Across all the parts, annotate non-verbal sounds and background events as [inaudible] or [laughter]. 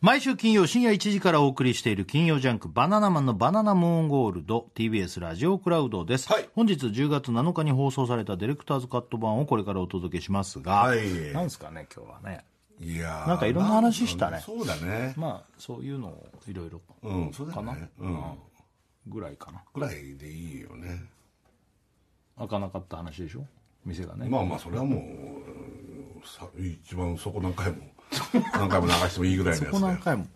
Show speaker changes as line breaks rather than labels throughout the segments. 毎週金曜深夜1時からお送りしている金曜ジャンクバナナマンのバナナムーンゴールド TBS ラジオクラウドです、
はい
本日10月7日に放送されたディレクターズカット版をこれからお届けしますが、
はい
なんですかね今日はね
いやー
なんかいろんな話したね
なんかそうだね。
まあそういうのをいろいろ
うん、そうだよ
かな
ね。うん。
ぐらいかな
ぐらいでいいよね。
開かなかった話でしょ店がね、
まあまあ、それはもううん、さ一番そこ何回も、何回も流してもいいぐらいの
そ
やつ
こ
だ
何
よ。
回も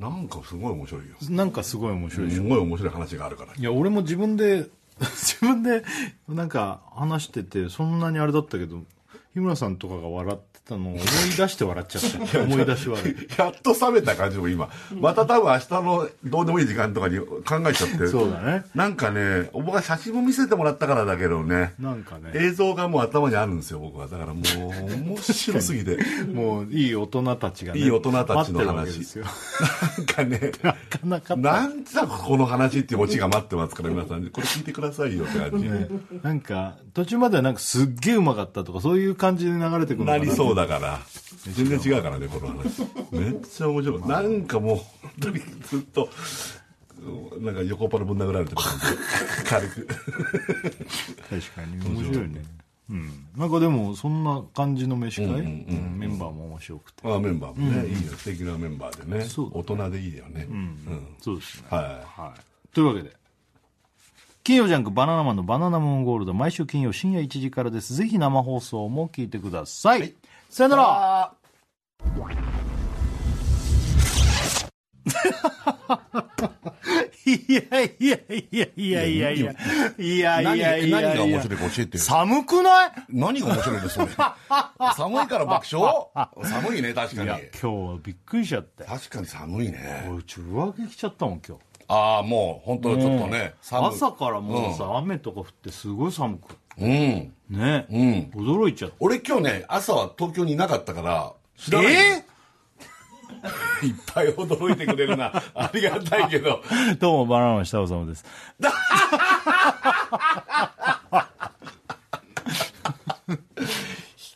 なんかすごい面白いよ。
なんかすごい面白いでし
す
ょ、
ごい面白い話があるから。
いや俺も自分で [laughs] 自分でなんか話しててそんなにあれだったけど日村さんとかが笑ってたのを思い出して笑っちゃった [laughs] 思い出し笑い
やっと冷めた感じも今。また多分明日のどうでもいい時間とかに考えちゃって。
そうだね
なんかね、僕は写真も見せてもらったからだけどね。
なんかね
映像がもう頭にあるんですよ、僕は。だからもう、面白すぎて。
もういい大人たちがね
いい大人たち
待っ
の
て
話
るわけですよ
なんかね、
なかなかった
なんつうかこの話っていうオチが待ってますから、皆さん。これ聞いてくださいよって感じ。
なんか途中まではなんかすっげえうまかったとかそういう感じで流れてくるの
な
か
りそうだから。全然違うからね、この話。めっちゃ面白い。なんかもう、本当にずっと、なんか横っ腹ぶん殴られてる感
[laughs]
じ。軽く。
確かに面白いねうん、なんかでもそんな感じの飯会、うんメンバーも面白くて、
まあメンバーもね、いいよ。素敵なメンバーでね。
そうだ
大人でいいよね。
そうですね
は
はい、というわけで金曜ジャンクバナナマンのバナナムーンゴールド毎週金曜深夜1時からですぜひ生放送も聞いてください、さよならいやいやいやいやいやいやいや
何
いやいや
何が面白いか教えてよ。
寒くない
何が面白いんです
[laughs]
それ。寒いから爆笑寒いね、確か
い
に
や。今日はびっくりしちゃって
確かに寒いね。
うち上着着ちゃったもん今日
ああ、もう、本当ちょっとね、寒い。
朝からもうさ、雨とか降ってすごい寒く
うん。
ね、驚いちゃった
俺今日ね、朝は東京にいなかったから、知らない。
え
[laughs] いっぱい驚いてくれるな。
[laughs]
ありがたいけど。
ー、どうもバナナマン下尾様です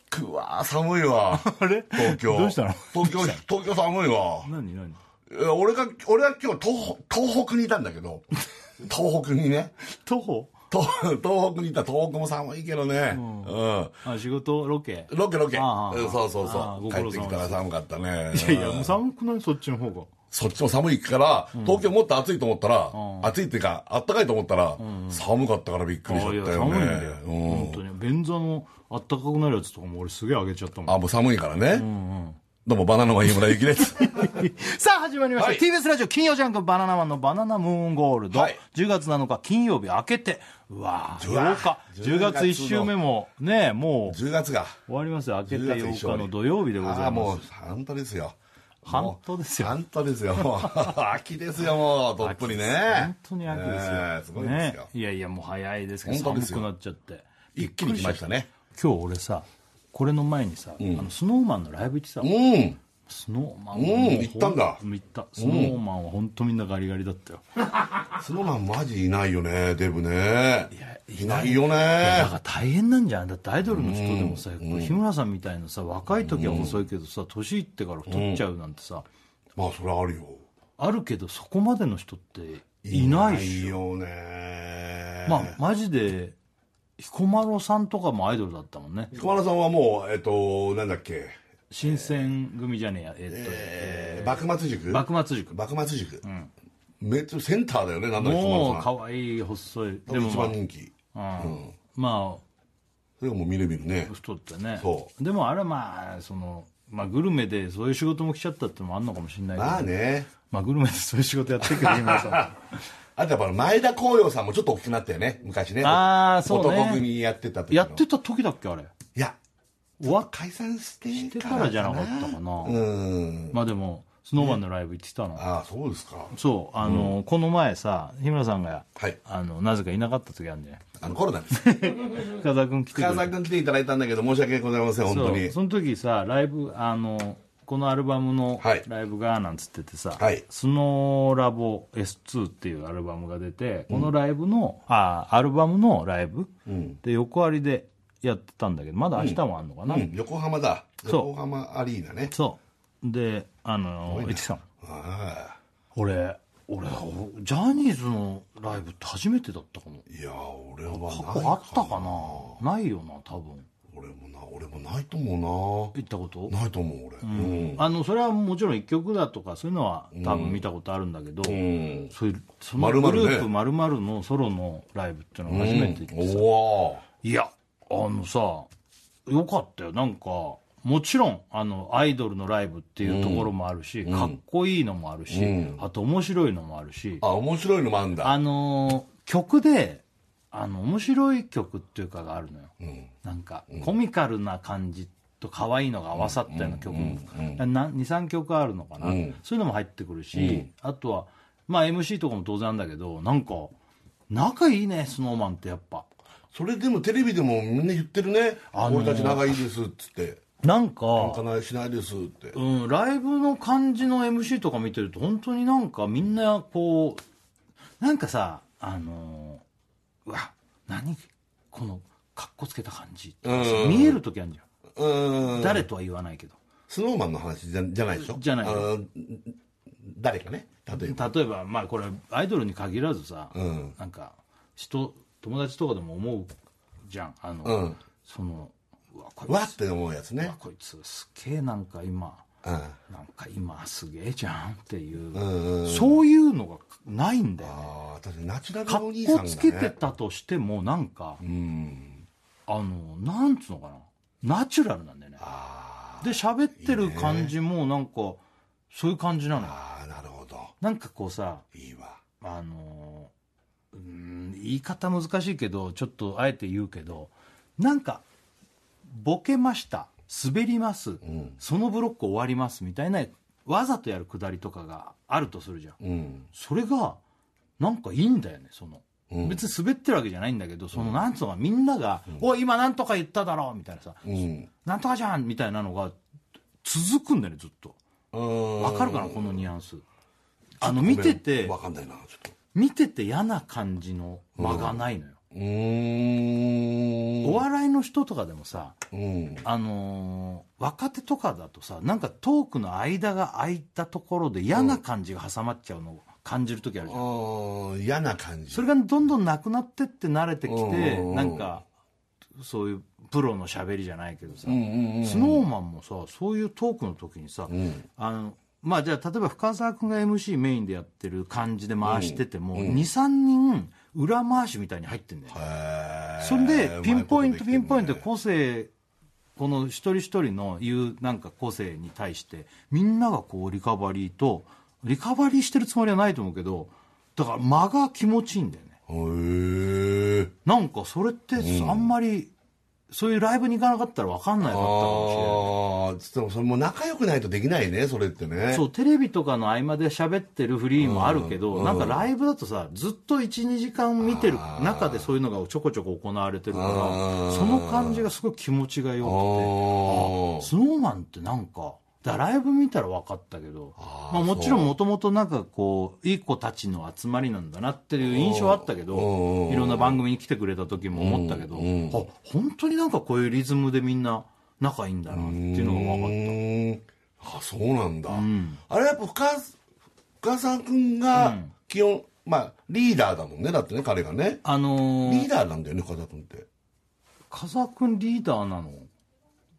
くわー寒いわ。あ
れ
東京。
どうしたの
東京、東京寒いわ。
何何
いや俺が、俺は今日東北、東北にいたんだけ
[laughs]
ど、東北にね。
徒歩
東 [laughs] 東北にいた東北も寒いけどね。うん
あ仕事ロケ
ロケロケ。
ああああ
うんそうそう
ああ
そ
ご
う。
苦
帰って
労様
きたら寒かったね。
いやいやも
う
うん寒くないそっちの方が
そっちも寒いから、東京もっと暑いと思ったら、暑いっていうか、暖かいと思ったら、寒かったからびっくりしちゃったよ
寒いんだ
ね
よ、。
うん
本当に便座のあったかくなるやつとかも俺すげえあげちゃったもん
あ、もう寒いからね。どうも、バナナマン井村ゆきです。
[laughs] さあ始まりました、
はい
TBS ラジオ金曜ジャンク「バナナマンのバナナムーンゴールド」
はい
10月7日金曜日明けてうわー
うわ
8日10月1週目もねもう
10月が。
終わりますよ明けて
10月一
8
勝利
日の土曜日でござ
ああ、
い
も
ま
う
す、
半端です
[laughs]
よ。
半端ですよ
もう半端ですよ。もう秋ですよ、も
[laughs]
う、どっぷりね。
本当に秋ですよ、
ねえすごいですよ
ね。いやいやもう早いですけど
本当
寒
ですよ
くなっちゃって
一気に来ましたね。
今日俺さこれの前にさ、あのスノーマンのライブ行ってた
う
の
ん。
スノーマンは
うん
もう
行ったんだ
行ったスノーマンは本当みんなガリガリだったよ、
スノーマンマジいないよね、デブね。
いや
いないよ
だ
ね
か。ら大変 [laughs] なんじゃんだってアイドルの人でもさ、やっぱ日村さんみたいなさ若い時は細いけどさ年いってから太っちゃうなんてさ、
まあ、それはあるよ。
あるけどそこまでの人っていないっしょ
よね。
まあマジで彦摩呂さんとかもアイドルだったもんね
彦摩呂さんはもう、えっと、なんだっけ、
新選組じゃねえやえっと、
えー幕末塾
幕末塾
幕末塾。めっちゃセンターだよね、なんだか彦摩
も
呂
う
さん。
可愛い細いで
多分
も、
一
まあ
番人気。
うんま
それがもうみるみるね
あ。太ってね
そ
でもあれはまあその、まあ、グルメでそういう仕事も来ちゃったってのもあんのかもしれないけど、
まあね。
まあ、グルメでそういう仕事やってるけど今さ
あとやっぱ前田光陽さんもちょっと大きくなったよね、昔ね。
あーそうね
男組やってた時の
やってた時だっけあれ
いや、
終わっ
解散して
てからじゃなかったかな
うん。
まあでもスノーマンのライブ行ってたの、
ああ、そうですか。
そうあの、この前さ日村さんが、
はい
あのなぜかいなかった時あるんじゃない
あの、コロナです。
深澤君来てくれ
深
て
澤君来ていただいたんだけど、申し訳ございません、本当
そ
に
う。その時さライブあのこのアルバムの
はい
ライブがなんつっててさ「
はい
スノーラボ S2」っていうアルバムが出てこのライブの、あアルバムのライブ、で横ありでやってたんだけどまだ明日もあんのかな、
うん、横浜だ。
そう
横浜アリーナね。
そであのエティさん
は
俺俺おジャニーズのライブって初めてだったかも
いいやー俺は
過
ない
去あったかなないよな多分
俺もな俺もないと思
行ったこと
うなないと思う俺うん
あのそれはもちろん一曲だとかそういうのは多分見たことあるんだけど、
うん
そういうそのグ
丸々ね
ループ丸々のソロのライブっていうのが初めて行ってさ、
おお
いやあのさよかったよなんかもちろんあのアイドルのライブっていうところもあるし、かっこいいのもあるし、あと面白いのもあるし、
あ面白いのもあんだ
あのー曲であの面白い曲っていうかがあるのよ、なんかコミカルな感じと可愛いのが合わさったような曲も、23曲あるのかな、そういうのも入ってくるし、あとは、まあ、MC とかも当然なんだけどなんか仲いいね SnowMan ってやっぱ
それでもテレビでもみんな言ってるね「
あのー
俺たち仲いいです」っつって
なん
「
か
仲ないしないです」って
うん、ライブの感じの MC とか見てると本当になんかみんなこうなんかさあのーうわ何このかっこつけた感じとかさ
うん
見える時あるじゃ
うん
ん誰とは言わないけど
スノーマンの話じゃじゃないでしょ
じゃない
あー誰かね例えば
例えばまあこれアイドルに限らずさ、
ん
なんか人友達とかでも思うじゃんあの、
うん
そのうわこいつ
わって思うやつ
うわ
ね
こいつすげえなんか今
うん
なんか今すげえじゃんっていう、
うんうん
そういうのがないんだよね
ああ確かにナチュラル
かっ
のお兄さん
こ
がね
つけてたとしてもなんか、
うん
あのなんつうのかなナチュラルなんだよね
あ
で喋ってる感じもなんかそういう感じな
ー
のよ
あーなるほど
なんかこうさ
いいわ
あのうーん言い方難しいけどちょっとあえて言うけどなんかボケました滑ります、そのブロック終わりますみたいなわざとやるくだりとかがあるとするじゃん
うん
それがなんかいいんだよねその、
うん
別に滑ってるわけじゃないんだけどそのなんつうのかみんなが「おい今なんとか言っただろ」みたいなさ
うん
「なんとかじゃん」みたいなのが続くんだよねずっとわ
わ
かるかなこのニュアンスあの見てて
わかんないなちょっと
見てて嫌な感じの間がないのよ、
うーん
お笑いの人とかでもさ
うん
あのー若手とかだとさなんかトークの間が空いたところで嫌な感じが挟まっちゃうのを感じる時あるじゃん
ああ嫌な感じ
それがどんどんなくなってって慣れてき
うん
て
うんうん
なんかそういうプロのしゃべりじゃないけどさ、
うんうんうん
スノーマンもさそういうトークの時にさ、
ん
あのまあじゃあ例えば深澤君が MC メインでやってる感じで回してても、23人裏回しみたいに入ってんだよ、ね
へー
そんでピンポイントピンポイント
うまいこ
個性この一人一人の言うなんか個性に対してみんながこうリカバリーとリカバリーしてるつもりはないと思うけどだから間が気持ちいいんだよね
とできてるねへえ
なんかそれってあんまり、そういうライブに行かなかったら分かんないかったかも
ああ
しれない
つってもそれも仲良くないとできないねそれってね
そうテレビとかの合間で喋ってるフリーもあるけど、なんかライブだとさずっと12時間見てる中でそういうのがちょこちょこ行われてるからその感じがすごい気持ちがよく
あ
てスノーマンってなんかだからライブ見たら分かったけどまあ、もちろんもともとなんかこういい子たちの集まりなんだなっていう印象はあったけどいろんな番組に来てくれた時も思ったけど、あ本当になんかこういうリズムでみんな仲いいんだなっていうのが分か
う
っ
ーんあそうなんだ、あれやっぱ深深澤君が基本、まあリーダーだもんねだってね彼がね
たあの
リー
ー、
ダーなんだよね深澤君って
風君リーダーなの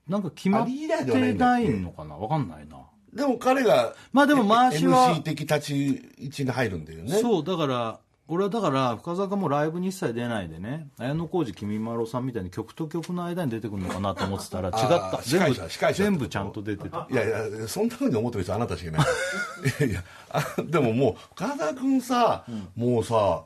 なんか決まっ
あリーダーではな
て
いんだっ
な
け
いのかな分かんないな
でも彼が
まあでも回しは
MC 的立ち位置に入るんだよね
そうだから俺はだから深澤君もライブに一切出ないでね綾小路きみまろさんみたいに曲と曲の間に出てくるのかなと思ってたら違った
あー司
全
会
部
者司会者
全部ちゃんと出てた
いやいやそんなふうに思ってる人あなたし
[laughs]
かいないいやいやあでももう深田君さ、もうさ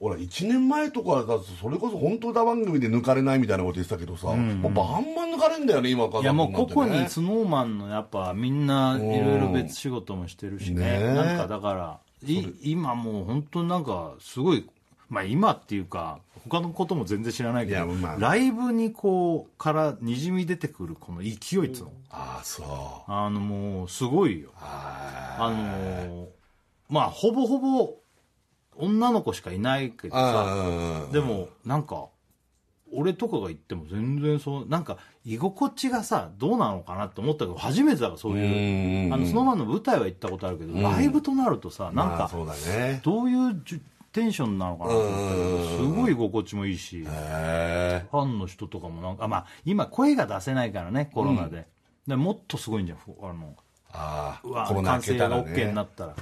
俺1年前とかだとそれこそ本当だ番組で抜かれないみたいなこと言ってたけどさ、もうバンバン抜かれんだよね今深田君
いやもう
なん
個
てね
々にスノーマンのやっぱみんないろいろ別仕事もしてるしね
ねえ
なんかだからい今もう本当になんかすごいまあ今っていうか他のことも全然知らないけ
い
ど
やまあ
ライブにこうからにじみ出てくるこの勢いっつうの、
ああそう
あのもうすごいよ
あ
あのーまあほぼほぼ女の子しかいないけど
あ
さ
あ
でもなんか俺とかが行っても全然そうなんか居心地がさどうなのかなって思ったけど初めてだからそういうあのスノーマンの舞台は行ったことあるけどライブとなるとさなん
まあ
か
そうだね
どういうじゅテンションなのかなと思ったけどすごい居心地もいいし
へ
ファンの人とかもなんかあまあ今声が出せないからねコロナで,、でもっとすごいんじゃんふあの
あ
う
あ
わ
コロナ明
完
け
成
た
が
ら
OK に
ね
なったら、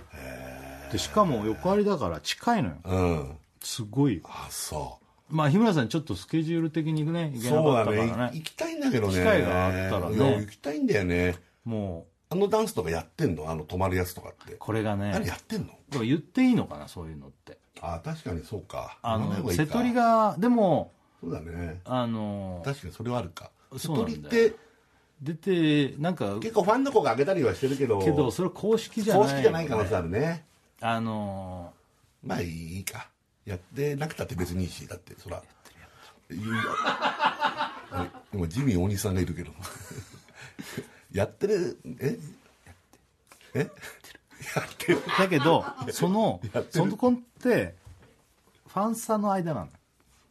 でしかも横割りだから近いのよ
うん
すごいよ
あそう
まあ日村さんちょっとスケジュール的にねいけな
そう
かっ
だ
たから
ね
ね
い行きたいんだけどね
機会があったらね
いや行きたいんだよね
も
あのダンスとかやってんのあの止まるやつとかって
うこれが
あれ
ね
やってんの
でも言っていいのかなそういうのって
あ確かにそうか
あ
言わない方
の
がいい
瀬
か
戸りがでも
そうだね
あの
確かにそれはあるか瀬
そうな
戸
んだ
り
よ
って
出てなんか
結構ファンの子が上げたりはしてるけど
けどそれ公式じゃない
公式じゃない可能性あるね
あの
まあいいかやってなくたって別にいいしだってそらいやあ [laughs] 今ジミー大西さんがいるけど [laughs] やってるええやってる
だけどそのそのコンってファンサの間なの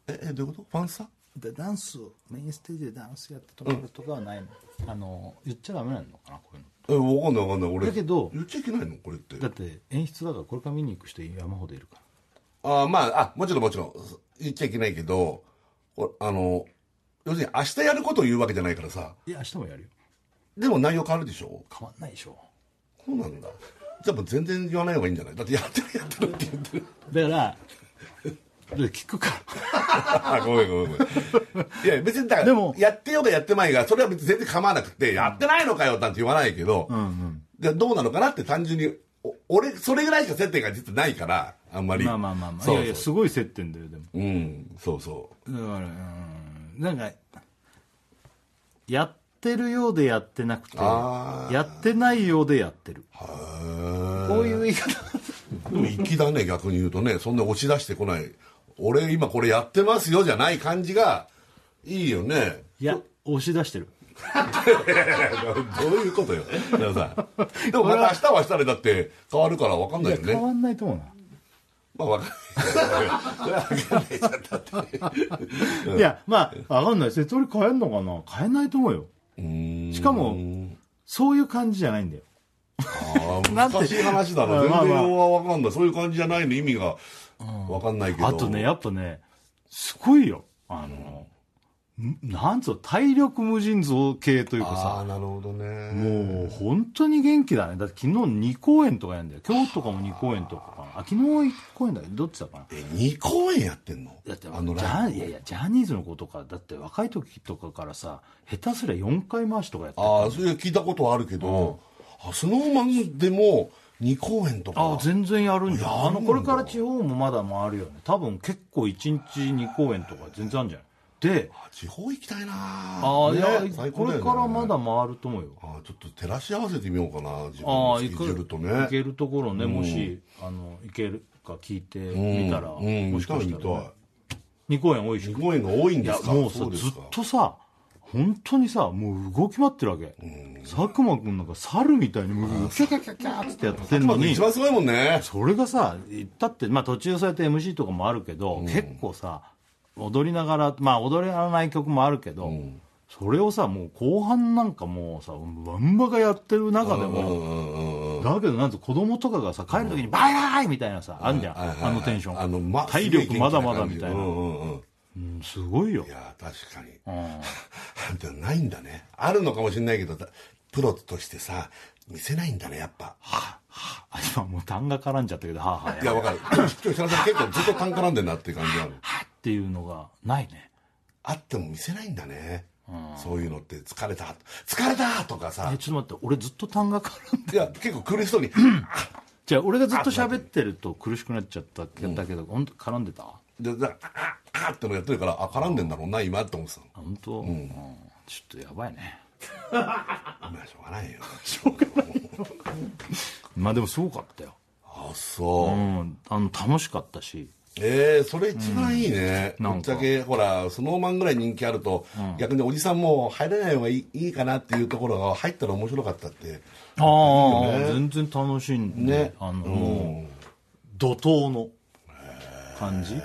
ええどういうことファンサ
でダンスをメインステージでダンスやってとかとかはないの,、あの言っちゃダメなのかなこういうの
えわかんないわかんない俺
だけど
言っちゃいけないのこれって
だって演出だからこれから見に行く人山ほどいるから
ああまああもちろんもちろん言っちゃいけないけどほあの要するに明日やることを言うわけじゃないからさ
いや明日もやるよ
でも内容変わるでしょ
変わんないでしょ
そうなんだじゃあもう全然言わない方がいいんじゃないだってやってるやってるって言ってる
だからで聞くから
[laughs] あごめんごめんごめんいや別にだから
でも
やってようがやってまいがそれは別に全然構わなくて、やってないのかよなんて言わないけど、じゃあどうなのかなって単純にお俺それぐらいしか接点が実はないからあんまり
まあまあまあまあ
そうそう
いやいやすごい接点だよでも
うんそうそう
だからうんなんかやってるようでやってなくて
あ
やってないようでやってるこういう言い [laughs] 方
でも粋だね逆に言うとねそんな押し出してこない俺今これやってますよじゃない感じがいいよね [laughs]
いや押し出してる
どういうことよ皆さ
[laughs]
んでもまた明日は明日でだって変わるから分かんないよね
変わんないと思うな
まあ分かんないそれは分かんないじゃんだって
いや、まあ、わかんない。瀬戸り変えんのかな変えないと思うよ。
うーん
[laughs] しかも、そういう感じじゃないんだよ。
あー
なんて
難しい話だな全
まあまあ
然は分かんないそういう感じじゃないの意味が分かんないけど
あとね、やっぱね、すごいよ。あの、んなんつうの、体力無尽蔵系というか
あ
さ、
あなるほどね
もう本当に元気だね。だって昨日2公演とかやんだよ。今日とかも2公演とかかな。あ、昨日1公演だけど、どっちだかな。
え2公演やってんの
だって
あの
ジ
ラ
ャ
イ
い
ブ
やいやジャニーズの子とかだって若い時とかからさ下手すりゃ4回回しとかやってる
ああそれ聞いたことはあるけど、あスノーマンでも2公演とか
ああ全然やるんじゃ
や
ん
るんだ
あのこれから地方もまだ回るよね多分結構1日2公演とか全然あるんじゃないで
あ地方行きたいな
ああ、
ね
いや、
最
こ
高だよ
れ
ね
からまだ回ると思うよ
ああちょっと照らし合わせてみようかな自分
あ
の
あ
スケ
行
ジ
く
ュールとね
行けるところねもしあの行けるか聞いてみたら
うんうん
もしかし
見
た
たい
ら
見
ね2公演多いでしょ
たい2公演が多いん
い
で
や
すか
もうさ
そうです
ずっ
か
とさ本当にさもう動き回ってるわけ佐久間君なんか猿みたいにもうキャキャキャキャーってやってんの
まず
に
一番すごいもんね
それがさ言ったって、まあ、途中そうやって MC とかもあるけど、結構さ踊りながらまあ踊らない曲もあるけど、それをさもう後半なんかもうさワンバがやってる中で
うん
も、
うんうん
だけどなんと子供とかがさ帰る時に「バイバイ!」みたいなさ、あんじゃん、
はいはいはい
あのテンション
あの、ま、
体力まだまだみたいな、
うんうんうん
うんすごいよ
いや確かに
う
[laughs]
ん
でもないんだねあるのかもしれないけどだプロとしてさ見せないんだねやっぱ
あ今もう痰が絡んじゃったけど「はあはあや
いや、わかる。今日、設楽さん結構ずっと単価なんでんなっていう感じある。
はあ」っていうのがないね
あっても見せないんだね。そういうのって、疲れた、疲れたとかさ
え。ちょっと待って俺ずっと痰が絡ん [laughs]
いや、結構苦しそうに、あ
じゃあ俺がずっと喋ってると苦しくなっちゃったけだけど、本当絡んでたあ
で、だあ、あ、あってのやってるから、あ、絡んでんだろうな、今って思ってたの。
本当、うんちょっとやばいね
まあ、しょうがないよ。
まあでもすごかったよ、
あ、
う
そう。
ん、あの楽しかったし
ええ、それ一番いいね。
うん
ぶっちゃけ、ほら、スノーマンぐらい人気あると、逆におじさんも入れない方がいいいいかなっていうところが、入ったら面白かったって。
ああ、全然楽しいね
ね
あの、もう怒涛の感じ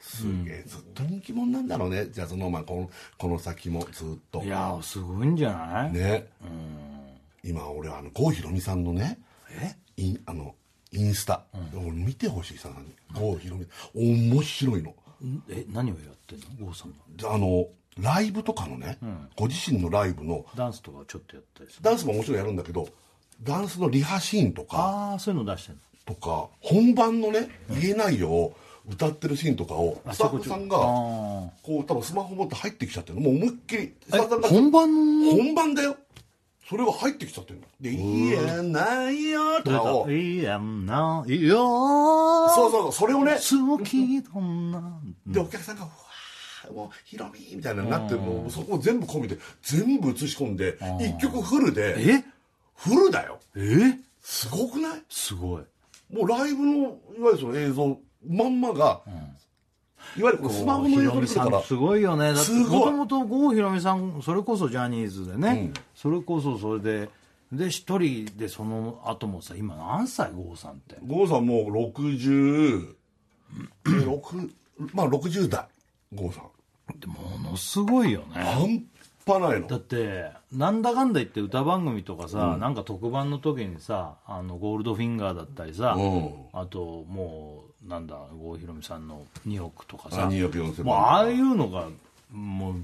すげえずっと人気者なんだろうねジャズノーマンこのこの先もずっと
いやーすごいんじゃない、
ね今俺あの郷ひろみさんのねインあのインスタ、俺見てほしいさらに郷ひろみ面白いの
んえ何をやってんの郷さんが
であのライブとかのね、ご自身のライブの
ダンスとかちょっとやったりする
ダンスももちろんやるんだけどダンスのリハシーンとか
ああそういうの出してんの
とか本番のね言えないよを歌ってるシーンとかをスタッフさんが
あ
こ
ー
う多分スマホ持って入ってきちゃってるのもう思いっきりスタッフさんが
本番の
本番だよそれが入ってきちゃってるので「言えないよ」とかを
「いやないよ
そうそうそうそれをね
好きだな
でお客さんが「うわーもうヒロミ」みたいなのになってもうそこを全部込みで全部映し込んで一曲フルで
え
フルだよ
え
すごくない
すごい
もうライブのいわゆるその映像まんまが、いわゆるこうスマホの映像
郷
に
ひ
す
ろ
るか
みさ
ら
んすごいよねだって
すごい
もともと郷ひろみさんそれこそジャニーズでね、それこそそれでで一人でその後もさ今何歳郷さんって
郷さんもう60え六まあ60代郷さん
でものすごいよね
半端ない
だ
の
ってなんだかんだ言って歌番組とかさ、なんか特番の時にさあのゴールドフィンガーだったりさ、
うん
あともうなんだ郷ひろみさんの2億とかさ
あ2億4000万
もうああいうのがもう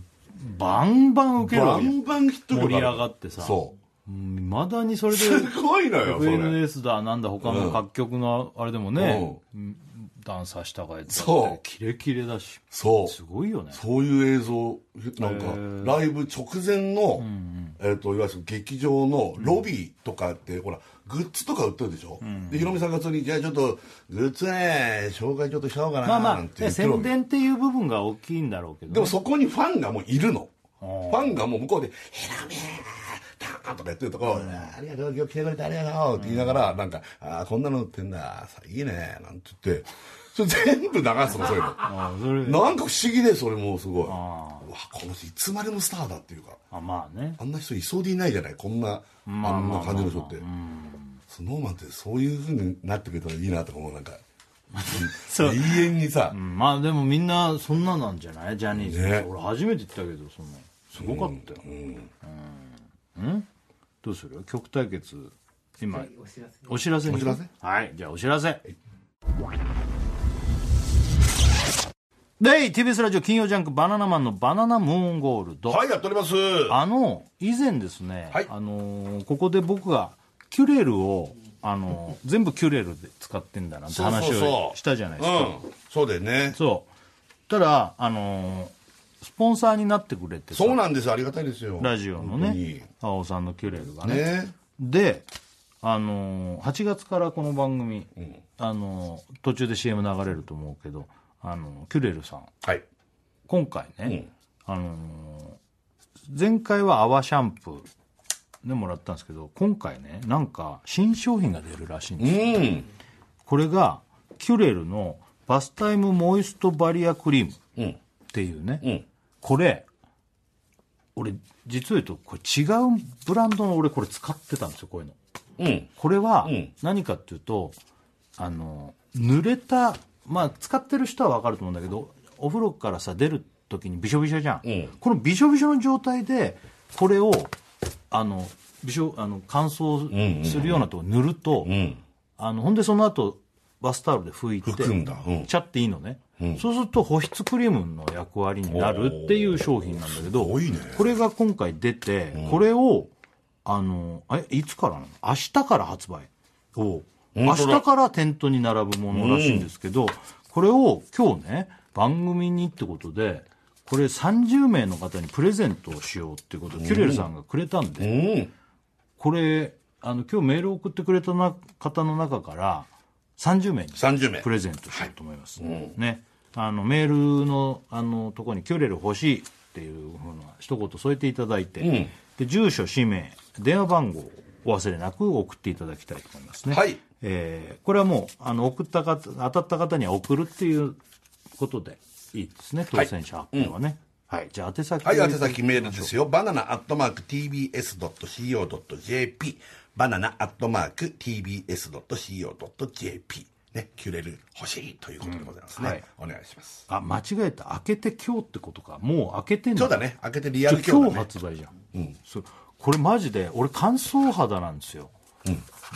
バンバン受ける
バ
わけ
ンバンヒット曲
盛り上がってさ
そ
いまだにそれで
うすごいのよそれ
FNS だなんだ他の各局のあれでもね、ダンサーしたがえて
そう
キレキレだし
そう
すごいよね
そういう映像なんかライブ直前の、えー、といわゆる劇場のロビーとかって、ほらグッズとか売ってるでしょ、でヒロミさんがそれにじゃあちょっとグッズね紹介ちょっとしちゃおうか
ま
な
あま
な
あ、
んて言
ね、
ってるわ
宣
け
伝っていう部分が大きいんだろうけど、ね、
でもそこにファンがもういるのフ
ー
ァンがもう向こうで「ヒロミー!」とか言ってるとこ、ありがとう今日来てくれてありがとうって言いながら、なんか「ああこんなの売ってんださいいね」なんて言ってそれ全部流すのそういう
[laughs]
の
あそれ
なんか不思議でそれもすごい
あ
うわこの人いつまでもスターだっていうか
あまあね
あんな人いそうでいないじゃないこんな、
まあ
あんな感じの人って、スノーマンってそういうふうになってくれたらいいなとか思うなんか
[laughs] そう
永遠にさ、
うんまあでもみんなそんななんじゃないジャニーズ、
ね
俺初めて行ったけどそのすごかったようん、うんどうする曲対決今お知らせにします
お知
はいじゃあお知らせで TBS ラジオ金曜ジャンク「バナナマンのバナナムーンゴールド」
はいやっております
あの以前ですね、
はい
あのーここで僕がキュレルを、あのー全部キュレルで使ってんだなって
そうそう
話
そう
をしたじゃないですか
うんそうだよね
そうただあのースポンサーになってくれてさ
そうなんですありがたいですよ
ラジオの
本当に
ね青さんのキュレルがね
ね
であのー8月からこの番組、あのー途中で CM 流れると思うけど、あのーキュレルさん
はい
今回ね、あのー前回は泡シャンプーでもらったんですけど今回ねなんか新商品が出るらしいんです、
うん
これがキュレルのバスタイムモイストバリアクリームっていうね、これ俺実を言うとこれ違うブランドの俺これ使ってたんですよこういうの
うん
これは何かっていうと、あの濡れたまあ使ってる人は分かると思うんだけどお風呂からさ出る時にびしょびしょじゃん、このびしょびしょの状態でこれをあのびしょあの乾燥するようなとこ塗ると、あのほんでその後バスタオルで拭いて
拭くんだうん
ちゃっていいのね、そうすると保湿クリームの役割になるっていう商品なんだけど
おーすごいね
これが今回出て、これをあのえいつからなの明日から発売を明
本当だ
日から店頭に並ぶものらしいんですけど、これを今日ね番組にってことでこれ30名の方にプレゼントをしようっていうことをキュレルさんがくれたんで、
うん
これあの今日メールを送ってくれたな方の中から30名に
30名
プレゼントしようと思います、ねあのメールのあのとこに「キュレル欲しい」っていうふうな一言添えていただいて、で住所氏名電話番号をお忘れなく送っていただきたいと思いますね
はい
えーこれはもうあの送った方当たった方には送るっていうことでいいですね当選者発表はねはい、じゃあ宛先
はい、宛先メールですよ。バナナアットマーク tbs.co.jp。バナナアットマーク tbs.co.jp。ね、キュレル欲しいということでございますね。
はい
お願いします。
あ間違えた開けて今日ってことかもう開けてん
そうだね、開けてリア
じゃ
ル
あ
今日だ
今日
ね。
発売じゃん、そこれマジで俺乾燥肌なんですよ、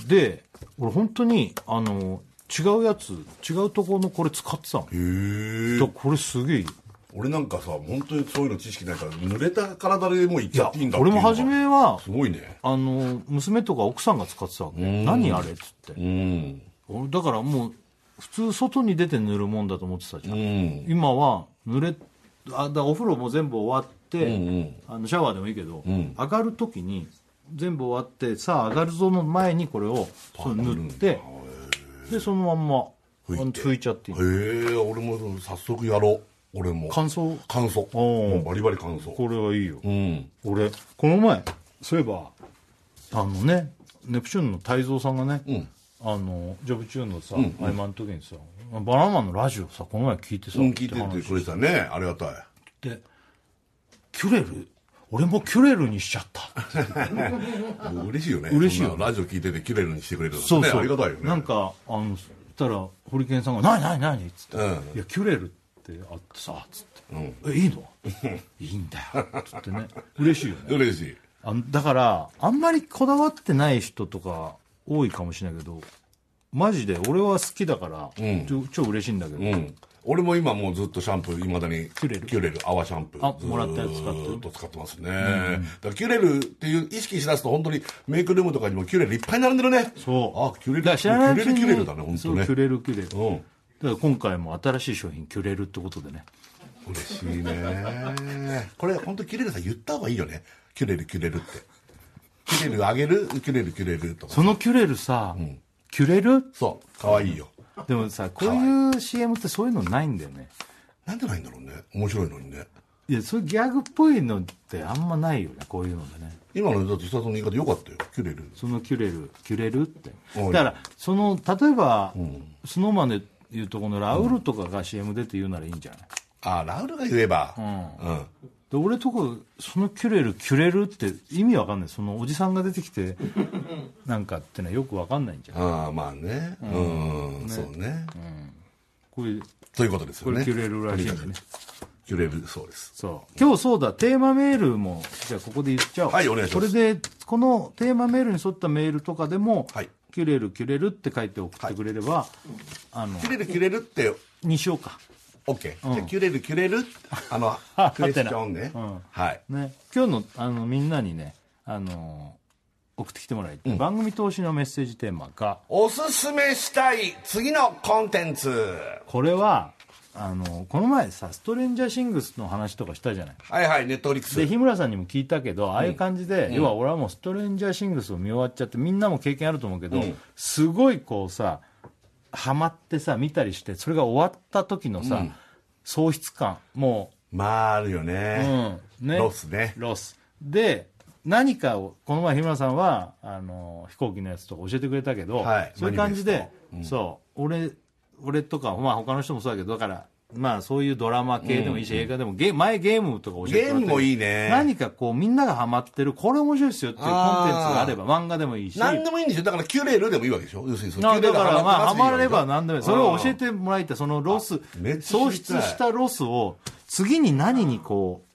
で俺本当にあの違うやつ違うところのこれ使ってたの
へえ。
だからこれすげえいい
俺なんかさ、本当にそういうの知識ないから、濡れた体でもういっちゃっていいんだってい
俺
うの
も
が
初めは
すごいね。
あの娘とか奥さんが使ってたわけ何あれっつって
うん。
俺だからもう普通外に出て塗るもんだと思ってたじゃ
う
ん、
ん。
今は濡れあだお風呂も全部終わって、あのシャワーでもいいけど、上がる時に全部終わってさあ上がるぞの前にこれをそう塗ってでそのまんま
拭いて
あの拭いちゃっていい
へえ、俺も早速やろう。俺も。
乾燥
乾燥。
おー
もうバリバリ乾燥。
これはいいよ、
うん。
俺この前そういえばあのねネプチューンの泰造さんがね、あのジョブチューンのさ、合間の時にさバナナマンのラジオさこの前聞いてさ、
うん、聞いててくれてたね。ありがたい。
でキュレル俺もキュレルにしちゃ
[laughs]
った
嬉しいよね。
嬉しいよ
そんなラジオ聞いててキュレルにしてくれるの
そうそう、
ねありがたいよね。
なんかあのそしたらホリケンさんが「何何何?」っつって、
う
いやキュレルってあってさ」っつって「えいい
[laughs]
のいいんだよ」っつってね嬉しいよね
嬉しい。
あのだからあんまりこだわってない人とか多いかもしれないけどマジで俺は好きだから、ちょ超嬉しいんだけど、
うん、俺も今もうずっとシャンプーいまだにキュレルキュレル泡シャンプー
あもらったやつ使ってる
ずーっと使ってますね、だからキュレルっていう意識しだすと本当にメイクルームとかにもキュレルいっぱい並んでるね
そう
あキュレル
だから知らないうちに
キュレルキュレルだね本
そ
当
う
ね
キュレルキュレ
う
ル、だ
ん
から今回も新しい商品キュレルってことでね
嬉しいねこれ本当キュレルさん言った方がいいよねキュレルキュレルってキュレルあげるキュレルキュレルとか
そのキュレルさ、キュレル
そう可愛いよ
でもさこういう CM ってそういうのないんだよね
なんでないんだろうね面白いのにね
いやそういうギャグっぽいのってあんまないよねこういうのでね
今のだって久田さんの言い方よかったよキュレル
そのキュレルキュレルって
おい
だからその例えば、スノーマンでいうとこのラウルとかが CM 出て言うならいいんじゃない、
あラウルが言えばうん
で俺とかそのキュレルキュレルって意味わかんないそのおじさんが出てきてなんかってのはよくわかんないんじゃない
ああまあねうん、そうね、
これ
ということです
こ
よ
れ
ね
キュレルらしいんでね
キュレルそうです
そう今日そうだテーマメールもじゃあここで言っちゃおう
はいお願いします
これでこのテーマメールに沿ったメールとかでも「
はい
キュレルキュレル」って書いて送ってくれれば、あの
キュレルキュレルって
にしようか
OK、じゃあキュレルキュレ
[laughs]
ルあのクエスチョンね、
うん
はい
ね今日のあのみんなにねあの送ってきてもらいたい、番組投資のメッセージテーマが
おすすめしたい次のコンテンツ
これはあのこの前さ「ストレンジャーシングス」の話とかしたじゃない
はいはいネットフリックス
で日村さんにも聞いたけどああいう感じで、要は俺はもうストレンジャーシングスを見終わっちゃってみんなも経験あると思うけど、すごいこうさハマってさ見たりしてそれが終わった時のさ、喪失感も
まああるよ
う、う
ね、
んね、
ロスね
ロスで何かをこの前日村さんはあの飛行機のやつとか教えてくれたけど、
はい
そういう感じ
マニ
で、そう俺俺とか、まあ、他の人もそうだけどだからまあそういうドラマ系でもいいし、映画でもゲ前ゲームとか教えてもらった
ゲームもいいね
何かこうみんながハマってるこれ面白いですよっていうコンテンツがあれば漫画でもいいし
何でもいいんでしょだからキュレルでもいいわけでしょ要するにその
な
キュレ
だ
ル
からまあハ
ハマ
マ
ってますでい
れ
いわけでしょ
ば何でもいいそれを教えてもらいたいそのロス
めっちゃ知りたい
喪失したロスを次に何にこう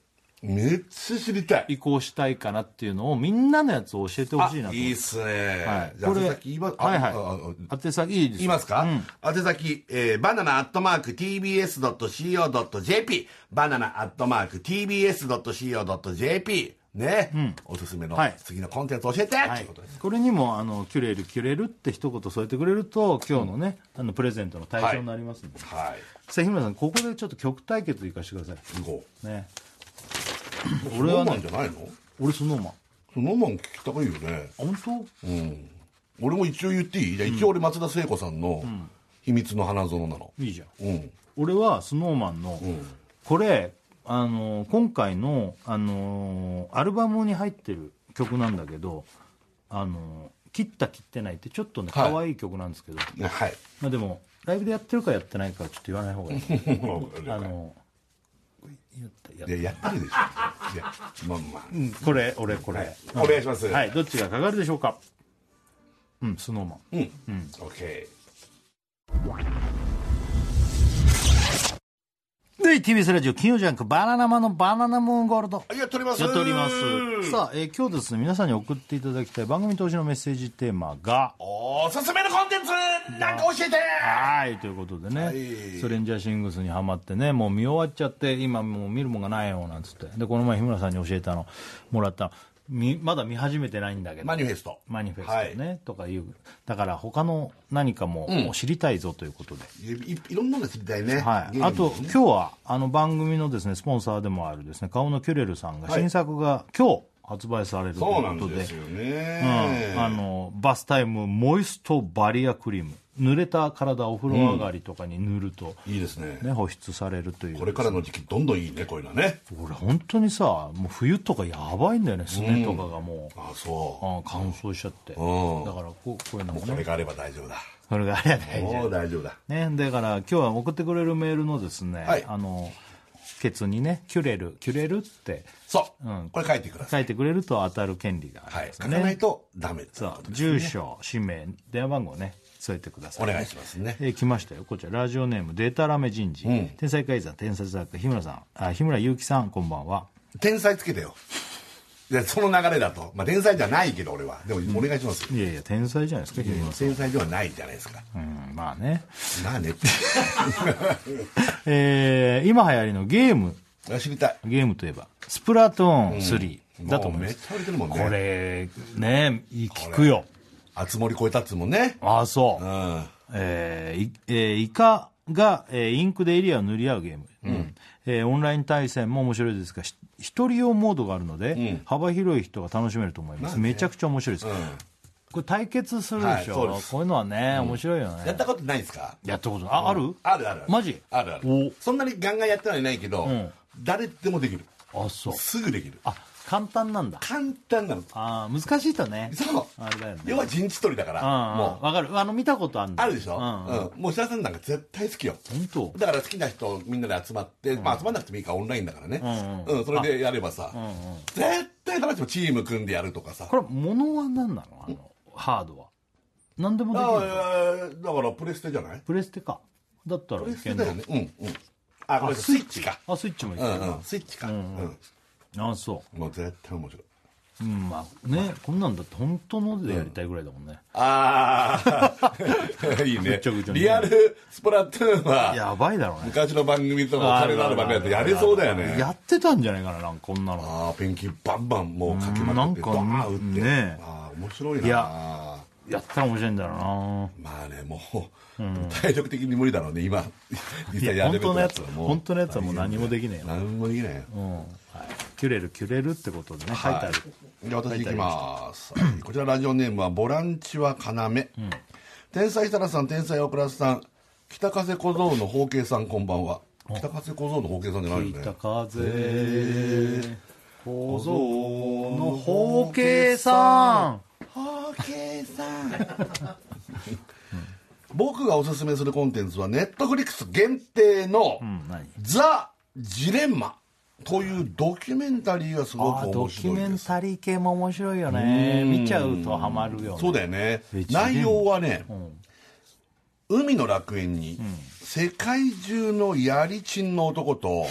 めっちゃ知りたい
移行したいかなっていうのをみんなのやつを教えてほしいな
あ
と
いいっすね、
はい、
じゃあ
これ
先言いますあ
はい
ああ
はい宛先いいです
言いますか、
うん
宛先、えー、バナナアットマーク TBS.CO.JP バナナアットマーク TBS.CO.JP ね、おすすめの
はい
次のコンテンツ教えて、
は
とい
いう
ことです、
これにもあの「キュレルキュレル」って一言添えてくれると今日のね、あのプレゼントの対象になりますんで、
はい
さあ日村さんここでちょっと曲対決いかしてください
行こ
ね
う
俺はね
ノーマンじゃないの
俺そのま
そのノーマン聞きたくいいよね
本当、
俺も一応言っていいじゃあ一応俺松田聖子さんの「秘密の花園」なの
いいじゃん
うん
俺はスノーマンの、これあの今回のあのアルバムに入ってる曲なんだけどあの切った切ってないってちょっとね
はい
可愛い曲なんですけど、
はい
まあでもライブでやってるかやってないかはちょっと言わない方がいい [laughs] あの言ったやっ
いややってるでしょいやまあまあ
うんこれ俺これ、
お願いします
はいどっちがかかるでしょうかうんスノーマン
OK
で TBS ラジオ金曜ジャンク「バナナマンのバナナムーンゴールド」
いやっております
やっておりますさあ、えー今日ですね皆さんに送っていただきたい番組投資のメッセージテーマが
おすすめのコンテンツなんか教えて
はいということでね、ストレンジャーシングスにはまってねもう見終わっちゃって今もう見るもんがないよなんつってでこの前日村さんに教えたのもらったのみまだ見始めてないんだけど
マニフェスト
マニフェストね、とかいうだから他の何かももう知りたいぞということで、
いいいろんなの知りたいね
はい、
ゲーム
あと今日はあの番組のですねスポンサーでもあるですね顔のキュレルさんが新作が今日発売されるという
そうな
こ
ん
とで
ですよね、
うんあのバスタイムモイストバリアクリーム濡れた体お風呂上がりとかに塗ると、
いいですね
ね、保湿されるという
これからの時期どんどんいいねこういうのはね
俺本当にさもう冬とかやばいんだよねすねとかがもう、
あそう
あ乾燥しちゃって、
ん
だからこうこういうのも
これ
ね
があれば大丈夫だ
それがあれやね
もう大丈夫だ
ね、だから今日は送ってくれるメールのですね、
はい
あのケツにね「キュレル」「キュレル」って
そう、
うん
これ書いてください、
書いてくれると当たる権利があ
はい
りま、す
書か
ね、
ないとダメです
そう住所氏名電話番号ね添えてください
お願いしますね
えー来ましたよこちらラジオネームデータラメ人事、天才改ざん天才作家日村さんあ日村勇紀さんこんばんは
天才つけてよでその流れだと、まあ、天才じゃないけど俺はでもお願いしますよ、
いやいや天才じゃないですか日村さ
天才ではないじゃないですか、
ん、うん、まあね、
まあねって
えー今流行りのゲーム
知りたい
ゲームといえばスプラトゥーン3、だと思いま
めっ
す
ちゃ売れてるもんね
これね聞くよ
熱盛超えたっつもんね
ああそう、
うん
えーいえーイカが、えーインクでエリアを塗り合うゲーム、えーオンライン対戦も面白いですがひ一人用モードがあるので、幅広い人が楽しめると思います、めちゃくちゃ面白いです、これ対決するでしょ、
はいそうです
こういうのはね、面白いよ
やっ
ね
たことないですか
やったことあある
あるある
マジ
あるある
お
そんなにガンガンやってはいないけど、
ん
誰でもできる
あそう
すぐできる
あ簡単なんだ
簡単なの
あー難しいとね
そう
あれだよね
要は陣地取りだから
も
も
う
う
わかるあの見たことあるんだ
あるでしょ、う
う
んんもう白田さんなんか絶対好きよ
本当
だから好きな人みんなで集まって、まあ集まんなくてもいいからオンラインだからね、うんそれでやればさ、絶対楽しもチーム組んでやるとかさ
これ物は何なのあのハードは何でもできる
あ
の
あだからプレステじゃない
プレステかだったら
プ
い
レス
け
テ
ん
だ
の
よねうんうんあこれスイッチか
あスイッチもいけ
う
る
んうんスイッチか、うん
あそ
もう絶対面白いう
うんまあねこんなんだって本当のでやりたいぐらいだもんね、
ああ [laughs] いい
ぐ
ね
ちょぐちょに
リアルスプラトゥーンは
やばいだろうね
昔の番組とかお金のある番組だとやれそうだよね
やってたんじゃないかななんかこんなの
ああペンキバンバンもうかけまくって
う
ド
ん
ア
なん
ー
か
ン打って、
ね
ああ面白いない
やったら面白いんだろうな
まあねもう、体力的に無理だろうね今実際
いや
やれ
本
ること
当の
だ
や
っ
つ
たら
本当のやつはもう何もできねえよ、
何もできないよ、
うんはい、キュレルキュレルってことでね書いてある、
じゃあ私いきますはいこちらラジオネームはボランチは要、天才設楽さん天才大倉さん北風小僧の包茎さんこんばんは北風小僧の包茎さんじゃないよね
北風小僧の
包
方形さん
包茎さん [laughs] 僕がおすすめするコンテンツはネットフリックス限定の
うん何
「ザ・ジレンマ」というドキュメンタリーがすご
あ
く
ード
面
キュ
白
メ
いで
ン
す
タリー系も面白いよね見ちゃうとハマるよね
そうだよね
えジレンマ
内容はね、海の楽園に世界中のヤリチンの男と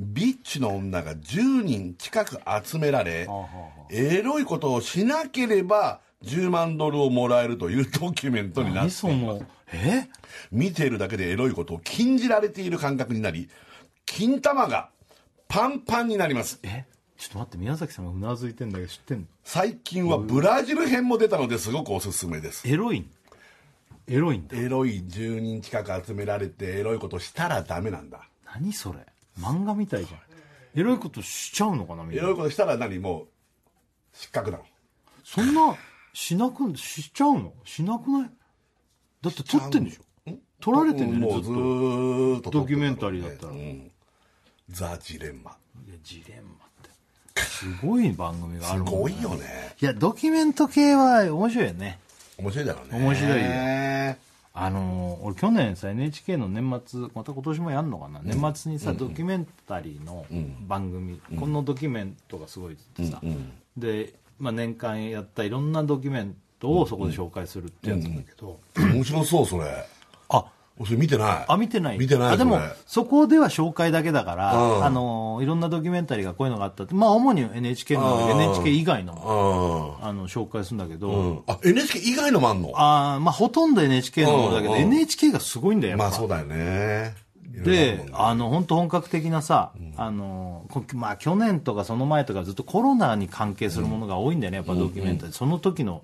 ビッチの女が10人近く集められ
はあは
エロいことをしなければ10万ドルをもらえるというドキュメントになっ
何
て
そのえ
見ているだけでエロいことを禁じられている感覚になり金玉がパンパンになります
えちょっと待って宮崎さんがうなずいてんだけど知ってんの
最近はブラジル編も出たのですごくおすすめです
エロいんエロいんだ
エロい10人近く集められてエロいことしたらダメなんだ
何それ漫画みたいじゃんエロいことしちゃうのかなみん
エ
な
ロいことしたら何もう失格なの
そんなしなくしちゃうのしなくないだって撮ってんでしょ撮られてんだよ
も
ね
う
ず
ず
っと
ーっと撮っ
ド
て
キ
るん
ュメ
だ
ン
ろ
タ
うね
リーだったら
ザ・ジレンマ
いやジレンマってすごい番組があ
す
るもん
ご
ね
いよね
いやドキュメント系は面白いよね
面白いだろうね
面白いよ
ね
あのー俺去年さ NHK の年末また今年もやんのかな、年末にさ、ドキュメンタリーの番組、このドキュメントがすごいってさ、で、まあ、年間やったいろんなドキュメントをそこで紹介するってやつなんだけど、
面白そうそれ
あ
それ見てない
あ見てない
見てない
あでも
それ
そこでは紹介だけだから、
うん
あのいろんなドキュメンタリーがこういうのがあったってまあ主に NHK の
うん
NHK 以外の
あ
あの紹介するんだけど、
ー、うん、あ NHK 以外のもあんの
あーまあほとんど NHK のものだけど、
うんうん
NHK がすごいんだよやっぱ、
まあそうだよね
で、
いろいろあ
あの、本当本格的なさ、あの、こまあ、去年とかその前とかずっとコロナに関係するものが多いんだよね、やっぱドキュメンタリー。その時の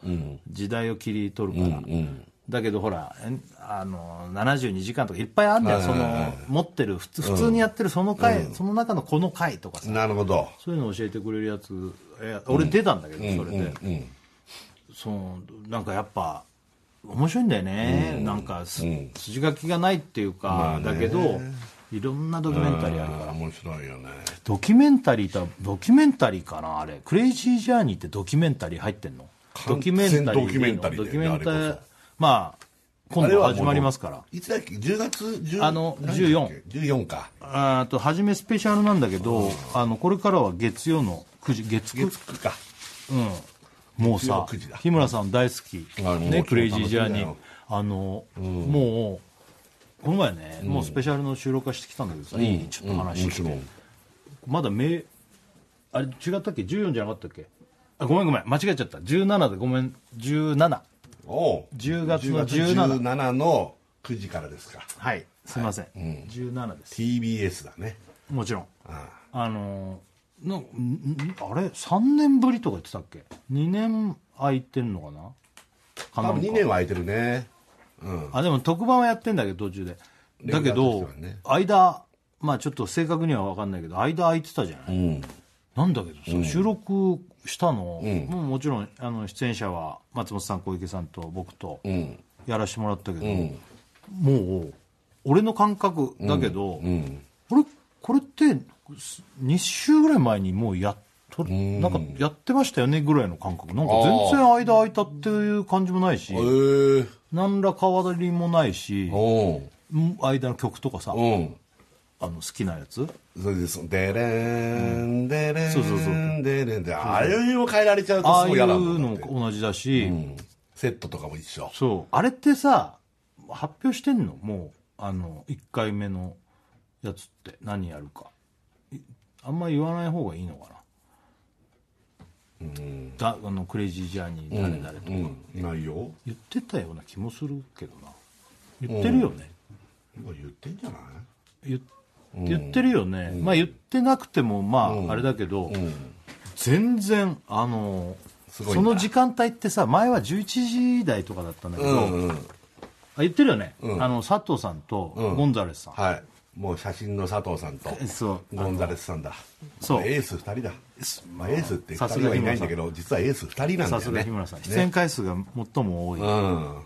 時代を切り取るから。
るもんねうん
だけどほら、えあの、72時間とかいっぱいあんだよ、その、持ってる、普通普通にやってるその回、その中のこの回とかさ、
なるほど
そういうの教えてくれるやつ、え俺出たんだけど、それで。
うん
そのなんかやっぱ面白いんだよね、なんかす、筋書きがないっていうか、だけどいろんなドキュメンタリーあるから
あー面白いよね
ドキュメンタリーとはドキュメンタリーかなあれクレイジージャーニーってドキュメンタリー入ってんのド
完
キ
全
ュメンタリーでいいの
ド
ド
キ
キ
ュ
ュ
メ
メ
ンタ
ン
リー
タ
だよねあれこ
まあ今
あれ
度
はもう
始まりますから
いつだっけ10月10
あの
何だっけ14か
あーと初めスペシャルなんだけどあのこれからは月曜の9時月9
月9か
うん、もうさ
9時だ
日村さん大好き、
あもう
ね、クレイジージャー
楽しみだ
ニー
よ
あの、もうこの前ね、もうスペシャルの収録化してきたんだけどさ、いいちょっと話して、
うんもち
まだめあれ違ったっけ14じゃなかったっけあごめんごめん間違えちゃった17でごめん17
おう
10月の
10
17
17の9時からですか
はいすいません、17です
TBS だね
もちろん
あ
あのーのんんあれ3年ぶりとか言ってたっけ2年空いてんのかな
あ
かな
多
んか
分2年は空いてるねうん
あでも特番はやってんだけど途中でだけ
レギュラー
ど
としては、ね
間まあちょっと正確には分かんないけど間空いてたじゃない、
うん
なんだけどさ、収録したの、もうもちろんあの出演者は松本さん小池さんと僕と
うん
やらしてもらったけど、
うん
もう俺の感覚だけど、
うん
これこれって2週ぐらい前にもうやっとなんかやってましたよねぐらいの感覚なんか全然間空いたっていう感じもないし
えー、
何ら変わりもないし
おうん
間の曲とかさ
うん
あの好きなやつ
それでそのデレーンデレーン
そうそうそう
デレーンであれを変えられちゃうと
あ
す
あ
ご
い
いう嫌な
の
んだ
も
だって
同じだし、
うんセットとかも一緒
そうあれってさ発表してんのもうあの1回目のやつって何やるかいあんま言わない方がいいのかなだあのクレイジージャーニー誰々とか、
うんないよ
言ってたような気もするけどな言ってるよね、
今言ってんじゃない
言っ言ってるよね、まあ言ってなくてもまああれだけど、全然あの
すごい
そ
んだ
の時間帯ってさ前は11時台とかだったんだけど、
うんうん
あ言ってるよね、あの佐藤さんとゴンザレスさん、
はいもう写真の佐藤さんと
そう
ゴンザレスさんだ
そう
エース2人だまあエースって2
さす
人
が
はいないんだけど実はエース2人なんだよね
さすが日村さん、
ね
出演回数が最も多い、
うん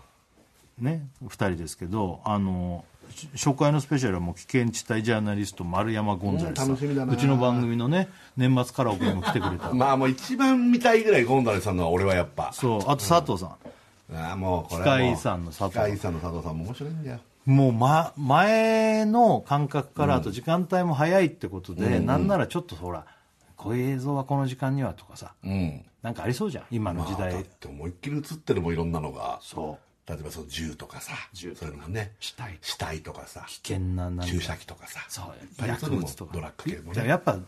ね、2人ですけどあのし初回のスペシャルはもう危険地帯ジャーナリスト丸山ゴンザレスさん、
うん楽しみだな
うちの番組のね年末カラオケにも来て
[laughs]
くれた
まあもう一番見たいぐらいゴンザレスさんのは俺はやっぱ
そうあと佐藤さん、
ああもうこれ
機械遺産の佐藤
機械遺産の佐藤さんも面白いんだよ
もう、ま、前の感覚からあと時間帯も早いってことで、なんならちょっとほらこういう映像はこの時間にはとかさ
うん
なんかありそうじゃん今の時代、
だって思いっきり映ってるもんいろんなのが
そう
例えばその銃とかさ
銃
そういうのね
死体
死体とかさ
危険ななんか
注射器とかさ
そう
やっぱりそ
薬
れも
物とか
ドラッグ系も
でも
ね
やっぱ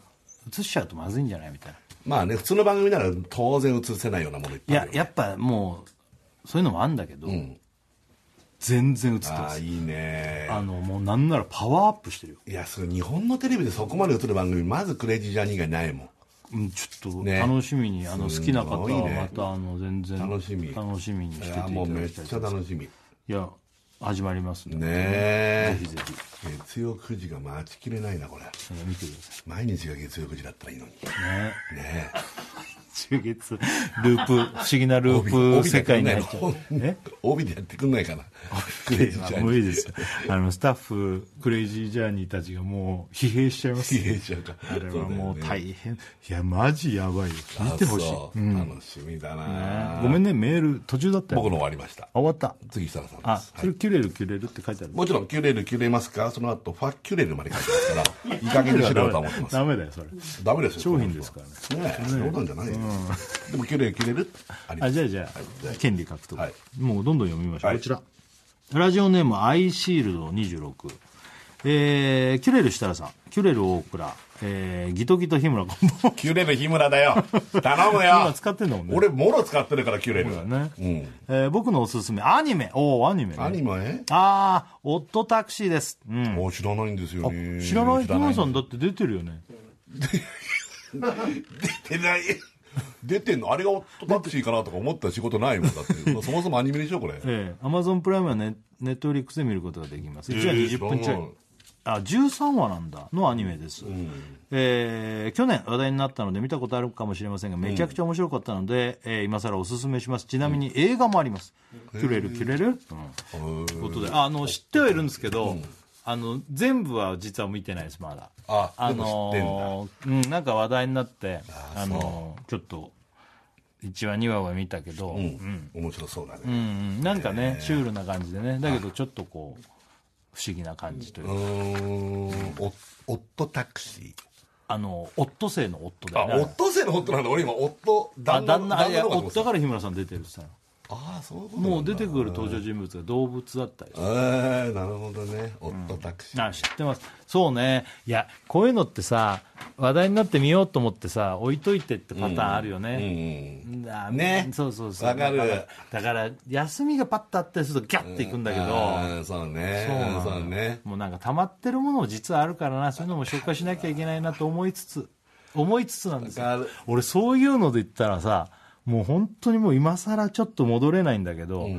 映しちゃうとまずいんじゃないみたいな
まあね普通の番組なら当然映せないようなものいっ
い
ぱいあ
や
るよ
やっぱもうそういうのもあるんだけど、
ん
全然映って
あ
ま
あ
す
いいね
あのもうなんならパワーアップしてるよ、
いやそれ日本のテレビでそこまで映る番組まずクレイジージャーニーがないもん
うん、ちょっと
ね
楽しみに、あの好きな方は
すごいね
またあの全然
楽しみ
楽しみにして
い
てい
や
ただ
もうめっ
き
ち
たい
ゃ楽しみ
いや始まりますね
ねえ
ぜひぜひ
月曜9時が待ちきれないなこれ
えー見てくださ
毎日が月曜9時だったらいいのにね
いね
え
中月ループ不思議なループ世界に入っちゃ
[laughs]
うえ
帯でやってくんない
[laughs]
かなクレイジージャーニ
無
ー
理ですよあのスタッフクレイジージャーニーたちがもう疲弊しちゃいます
クレイジージャーか
あれはもう
そだよね
大変、いやマジやばいよ聞いてほしい
あ、そう楽しみだな
ごめんねメール途中だったよ
僕の終わりました
あ終わった
次設楽さんです
あそれ「キュレルキュレル」って書いてある
もちろん、キュレル、キュレますかその後、ファキュレルまで書いて
[laughs]
ますから、いい加減にしろよと思ってます。
ダメだよそれ
ダメですよ。
商品ですからね
ね。ねえ、そうなんじゃないよ。でも、キュレル、キュレル、ありま
あ
す
じゃあじゃあ、
はい
権利獲得、
はい
もうどんどん読みましょう、
はい
こちらラジオネームアイシールド26えー、キュレル設楽さんキュレル大倉えー、ギトギト日村こんばんは
キュレル日村だ
[laughs]
よ頼むよ
今使ってんだもんね
俺もろ使ってるからキュレル
そうだね
うん
えー僕のおすすめアニメおおアニメね
アニメ
ああオットタクシーですうん
もう知らないんですよね
知らない日村さんだって出てるよね
出てない [laughs] 出てんのあれがオットタクシーかなとか思った仕事ないもんだって
[laughs]
そもそもアニメでしょこれ
ええアマゾンプライムはネネットフリックスで見ることができます1話
ええ
20分ち
知
ょい
らない
あ13話なんだのアニメです、えー去年話題になったので見たことあるかもしれませんがめちゃくちゃ面白かったので、えー今更おすすめしますちなみに映画もあります「キュレルキュレル」うんということであの知ってはいるんですけど、あの全部は実は見てないですまだ
あでも知ってんだ
のーうん、なんか話題になってあのーちょっと1話2話は見たけど、
面白そうだね
うんうんなんかね、シュールな感じでねだけどちょっとこう不思議な感じというか、
うーんおオットタクシー
あのオットセイのオットだ
あ
よね
夫性の夫なんだ俺今夫
あ
旦那
旦那いや
の方
夫から日村さん出てるって言って
ああそういうこ
た
と
のも
も
う出てくる登場人物が動物だったり
えー、なるほどね夫タクシー、
あ知ってますそうねいやこういうのってさ話題になってみようと思ってさ置いといてってパターンあるよ
うん
ね、
うん
だ
ね
そうそうそう
わかる
だらだから休みがパッとあったりするとギャッていくんだけど、
あーそうね
そうなんだ
そうね
もうなんか溜まってるものも実はあるからなそういうのも紹介しなきゃいけないなと思いつつ思いつつなんですよ
わかる
俺そういうので言ったらさもう本当にもう今更ちょっと戻れないんだけど、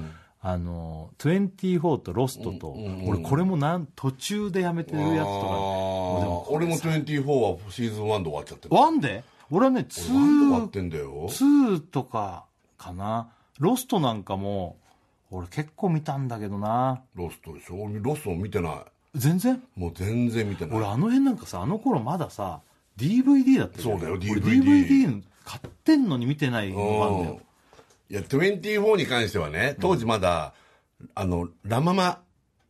あの24とロストと、俺これもなん途中でやめてるやつとかね、
ああ俺も24はシーズン1で終わっちゃってる
ワンで俺はね
1で終わ
2
ってんだよ
2とかかなロストなんかも俺結構見たんだけどな
ロストでしょロスト見てな
全然
いもう全然見てない
俺あの辺なんかさあの頃まださ DVD だったじゃ
そ
ん
うだよ
俺
DVD
DVD 買ってんのに見てないのがあるんだよ
いや24に関してはね当時まだ、あのラ・ママ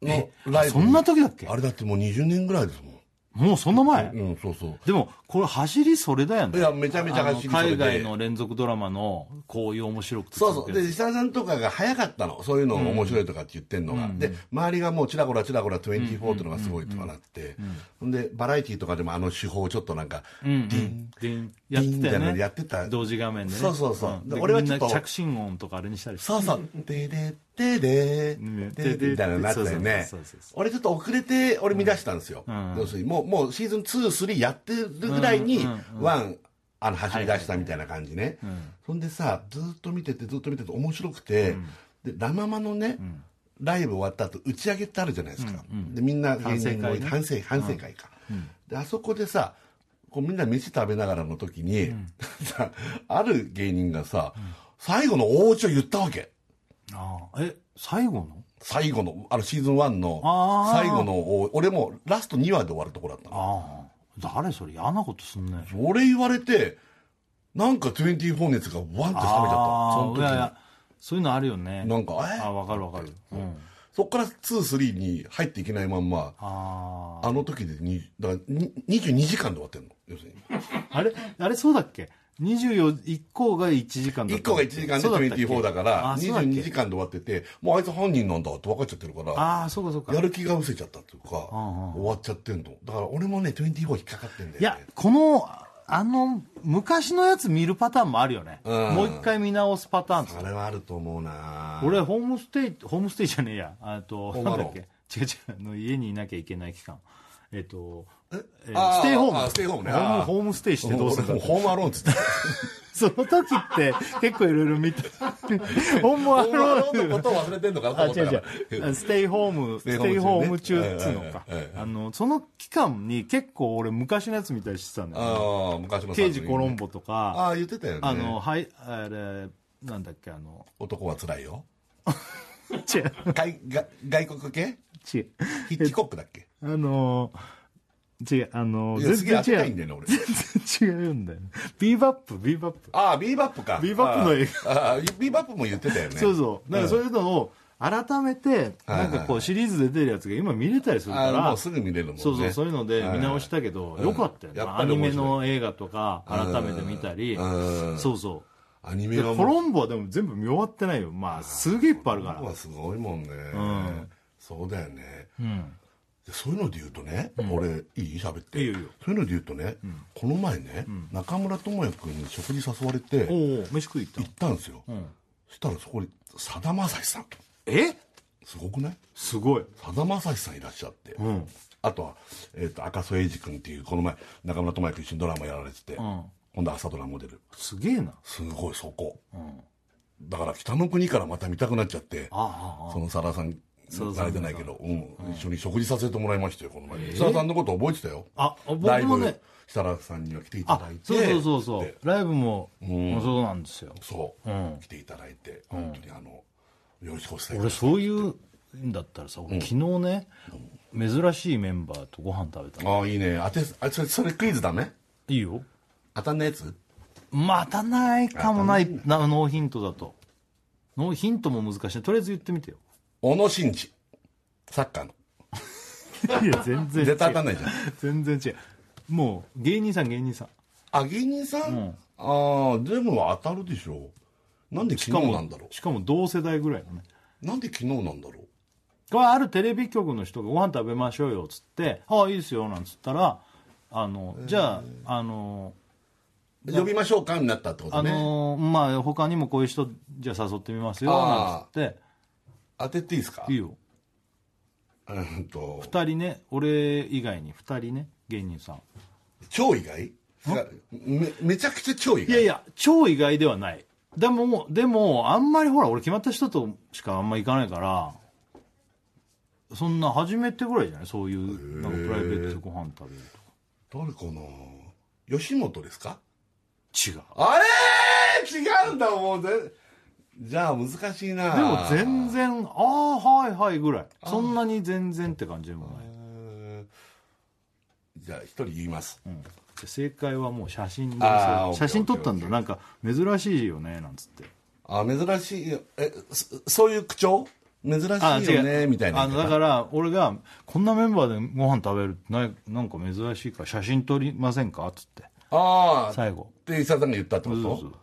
のライブ
そんな時だっけ
あれだってもう20年ぐらいですもん
もうそんな前、
うんそうそう
でもこれ走りそれだよね
いやめちゃめちゃ走りそれで
あの海外の連続ドラマのこういう面白くて
そうそうで
続ける
石田さんとかが早かったのそういうのを面白いとかって言ってんのが、で周りがもうちらほらちらほら24っていうのがすごいとかなって、ほんでバラエティーとかでもあの手法をちょっとなんか、
うんうんでやって
ディ
た
ーンみたいな
よ
の
ね
やってた
同時画面でね
そうそうそうんで
で
俺はちょっと
みんな着信音とかあれにしたりして
そうそう「でででで
ん
でで」みたいなのになったよね
そうそうそうそ
俺ちょっと遅れて俺見出したんですよ、
ん
要するにもうもうシーズン23やってるぐらいに1あの走り出したみたいな感じね、そんでさずーっと見ててずーっと見てて面白くて、でラ・ママのね、ライブ終わった後打ち上げってあるじゃないですか、でみんな芸人の
反省会ね
反省反省会か、であそこでさこうみんな飯食べながらの時に、さある芸人がさ、最後の大オチを言ったわけ
ああえ最後の
最後のあのシーズン1の
あー
最後の大俺もラスト2話で終わるところだったの
ああ誰それ嫌なことすんね
俺言われてなんか24熱がワンって冷めちゃった
あ
そ
あ
の時
いやいやそういうのあるよね
なんかえ
あ分かる分かる、うん、
そっから23に入っていけないまんま
あ
あの時でにだからに22時間で終わってんの要するに
ああれあれそうだっけ24一項が1時間だ
1
った
個
ん
が
だっ
1時
け
間で
そうだったっけ
24だから
あそうだっけ
22時間で終わっててもうあいつ犯人なんだって分かっちゃってるから
ああそうかそうか
やる気が失せちゃったというか
んうん
終わっちゃってんのだから俺もね24引っかかってんだよね
いやこのあの昔のやつ見るパターンもあるよね、
うん
もう一回見直すパターンっつう
あれはあると思うな
俺ホームステイホームステイじゃねえやあと
ホーム
な
ア
ん
ロ
だ
ーン
っけ違う違うあの家にいなきゃいけない期間えっとえ
あー
ーステイホー
あー
ム
ステイホームね
ホー
あ
ム
ー
ホームステイしてどうするんだ
俺もうホームアローンっつって
その時って結構いろいろ
[laughs]
見てホーム [laughs] ア
ホームアロ
ロ
ーンの
ー
こ
ン
とを忘れてんのかなと
あ
思った
違
ら
う違うステイホームステイホーム中っつうのか
ええええええ
あのその期間に結構俺昔のやつ見たりしてたんだよね
ああ昔の
刑事コロンボと
あ
か
あ言ってたよね
あのはいあれなんだっけ
[laughs]
あの
男はつらいよ
違う
外外外国系
違う
ヒッチコックだっけ
あのー違う、あの
い
ー
やすげえ
全
当てた
然
いん
違う。
だよね俺
全 [laughs] 然違うんだよ。ビーバップ、ビーバップ。
ああビーバップか
ビーバップの映
画ああビーバップも言ってたよね
そうそう。だからそういうのを改めて、
はいは
ないんかこうシリーズで出るやつが今見れたりする
あ
か
あも
ら、
うすぐ見れるもんね
そうそう、そういうので見直したけど、よかったよね。
やっ
ア
ぱり
ニ
面白い
メの映画とか改めて見たり、
うん
そうそう。
アニメ
で
が
コ
もう
ロンボはでも全部見終わってないよまあすげえいっぱいあるから
はすごいもんね、
ん
そうだよね
うん
でそういうので言うとね、俺いい喋って
いいよいいよ
そういうので言うとね、この前ね、中村智也君に食事誘われて
お
行
お飯食い行ったの
ったんですよ、
ん
そしたらそこにさだまさしさん
え
すごくない
すごい
さだまさしさんいらっしゃって、
うん
あとは、えー、と赤楚衛二君っていうこの前中村智也と一緒にドラマやられてて、
ん
今度朝ドラモデル
すげえな
すごいそこ
うん
だから北の国からまた見たくなっちゃって
あああ
そのサラさん
そう
慣れてないけど、うん一緒に食事させてもらいましたよこの前、サラさんのこと覚えてたよ
ああ僕
ライ
も
ブ
ね
設楽さんには来ていた
あ
だいて
そうそうそうそ
で
うライブももうそうなんですよ
そう、
うん
来ていただいて本当にあのよろしくお伝えく
俺
ださ
そういうんだったらさ俺昨日ね珍しいメンバーとご飯食べた
い
の
ああいいね当てあそれそれクイズだね
いいよ
当たんないやつ
またないかもないなノーヒントだとノーヒントも難しいとりあえず言ってみてよ
小野伸二サッカーの
[laughs] いや全然
絶対当たんないじゃん
全然違うもう芸人さん芸人さん
あ芸人さん、ああでも当たるでしょなんで昨日なんだろ
しかも同世代ぐらいのね
うなんで昨日なんだろう
これあるテレビ局の人がご飯食べましょうよっつって「ああいいですよ」なんつったらあのじゃああの
呼びましょうかになったってこと
あ
ね、
のまあ他にもこういう人じゃあ誘ってみますよなん
あ
つって
当てていいですか
いいよ
うんと
2人ね俺以外に2人ね芸人さん
超意外めめちゃくちゃ超意
いや
外
いや超意外ではないでもでもあんまりほら俺決まった人としかあんま行かないからそんな初めてぐらいじゃないそういうなんかプライベートでご飯食べる
誰かな吉本ですか
とか違う
あれー違うんだもうぜじゃあ難しいな
でも全然ああはいはいぐらいそんなに全然って感じでもない
えーじゃあ一人言います、
で正解はもう写真で
あー
写真撮ったんだ
OK
なんか珍しいよねなんつって
あ珍しいよえそそういう口調珍しい
あー
よねみたいな
あのだから俺がこんなメンバーでご飯食べるってないなんか珍しいから写真撮りませんかっつって
ああっ
最後
て石田さんが言ったってこ
そうそう
と
そう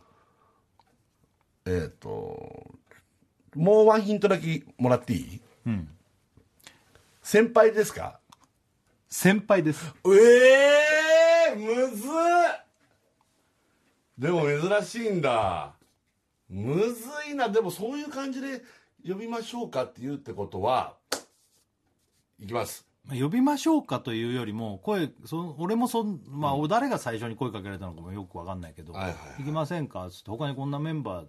えっ、ともうワンヒントだけもらっていい、先輩ですか
先輩です
ええむずっでも珍しいんだむずいなでもそういう感じで呼びましょうかって言うってことはいきます
まあ呼びましょうかというよりも声そ俺もそん、まあ、誰が最初に声かけられたのかもよく分かんないけど「
はいはいはい
行きませんか?」つって「他にこんなメンバー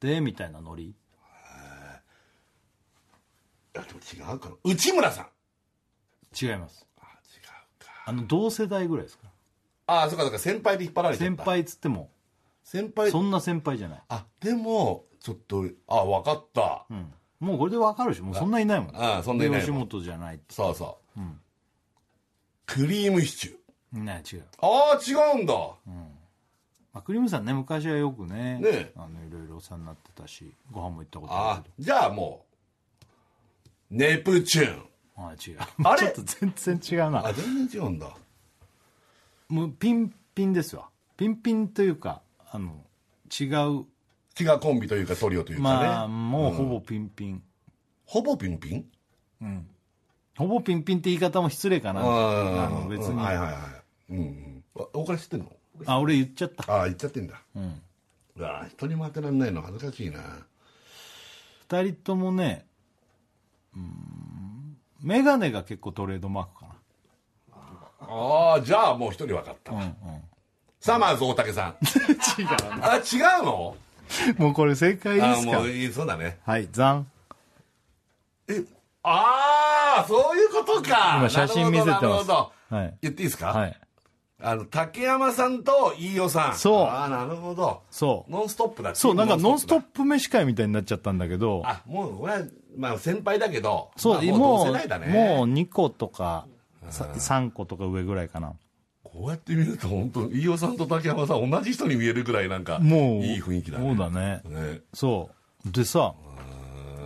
で」みたいなノリ
いやでも違うかな内村さん
違います
あ違うか
あの同世代ぐらいですか
あそうかそうか先輩で引っ張られ
ら
ちゃっ
先
た
輩っつっても
先輩
そんな先輩じゃない、
あでもちょっとあ分かった、
うん、もうこれで分かるでしょもうそんないないもん
あそんないないもん
吉本じゃないって
そうそう、クリームシチュー
いない違う、
ああ違うんだ、
まあ、クリームさんね昔はよく
ね
ね
え
あのいろいろお世話になってたしご飯も行ったことあ
あ
るけ
じゃあもうネプチューン
どあ違う
あ
[laughs] ちょ
れ
っと全然違うな
あ全然違うんだ
もうピンピンですわピンピンというかあの違う
気がコンビというかトリオというかね、
まあもうほぼピンピン、
ほぼピンピン
ほぼピンピンって言い方も失礼かなあ
う
の
ん
別
うん
に、
はいはいはいうんうんあ大倉知ってんの
あ俺言っちゃった
ああ言っちゃってんだうんうわ人にも当てらんないの恥ずかしいな
2人ともねうーん眼鏡が結構トレードマークか
ああじゃあもう一人分かった、
な、
サマーズ大竹さん
[laughs] 違
あ違うの
うもうこれ正解
あ
で
あ
す
も
か
ういいそうだね
はい残
えああそういうことか
今写真見せてます
なるほどなるほど
はい
言っていいですか
はい
あの竹山さんと飯尾さん
そう
ああなるほど
そう
ノンストップだ
そうなんかノンストッ
プ
プ飯会みたいになっちゃったんだけど
だあもうこれはまあ先輩だけど
そ
ま
う、
あ、
も
もう同
う
世代だね
もう2個とかさ3個とか上ぐらいかな
こうやって見ると本当飯尾さんと竹山さん同じ人に見えるぐらいなんか
もう
いい雰囲気だね
そうだね
ね
そうでさ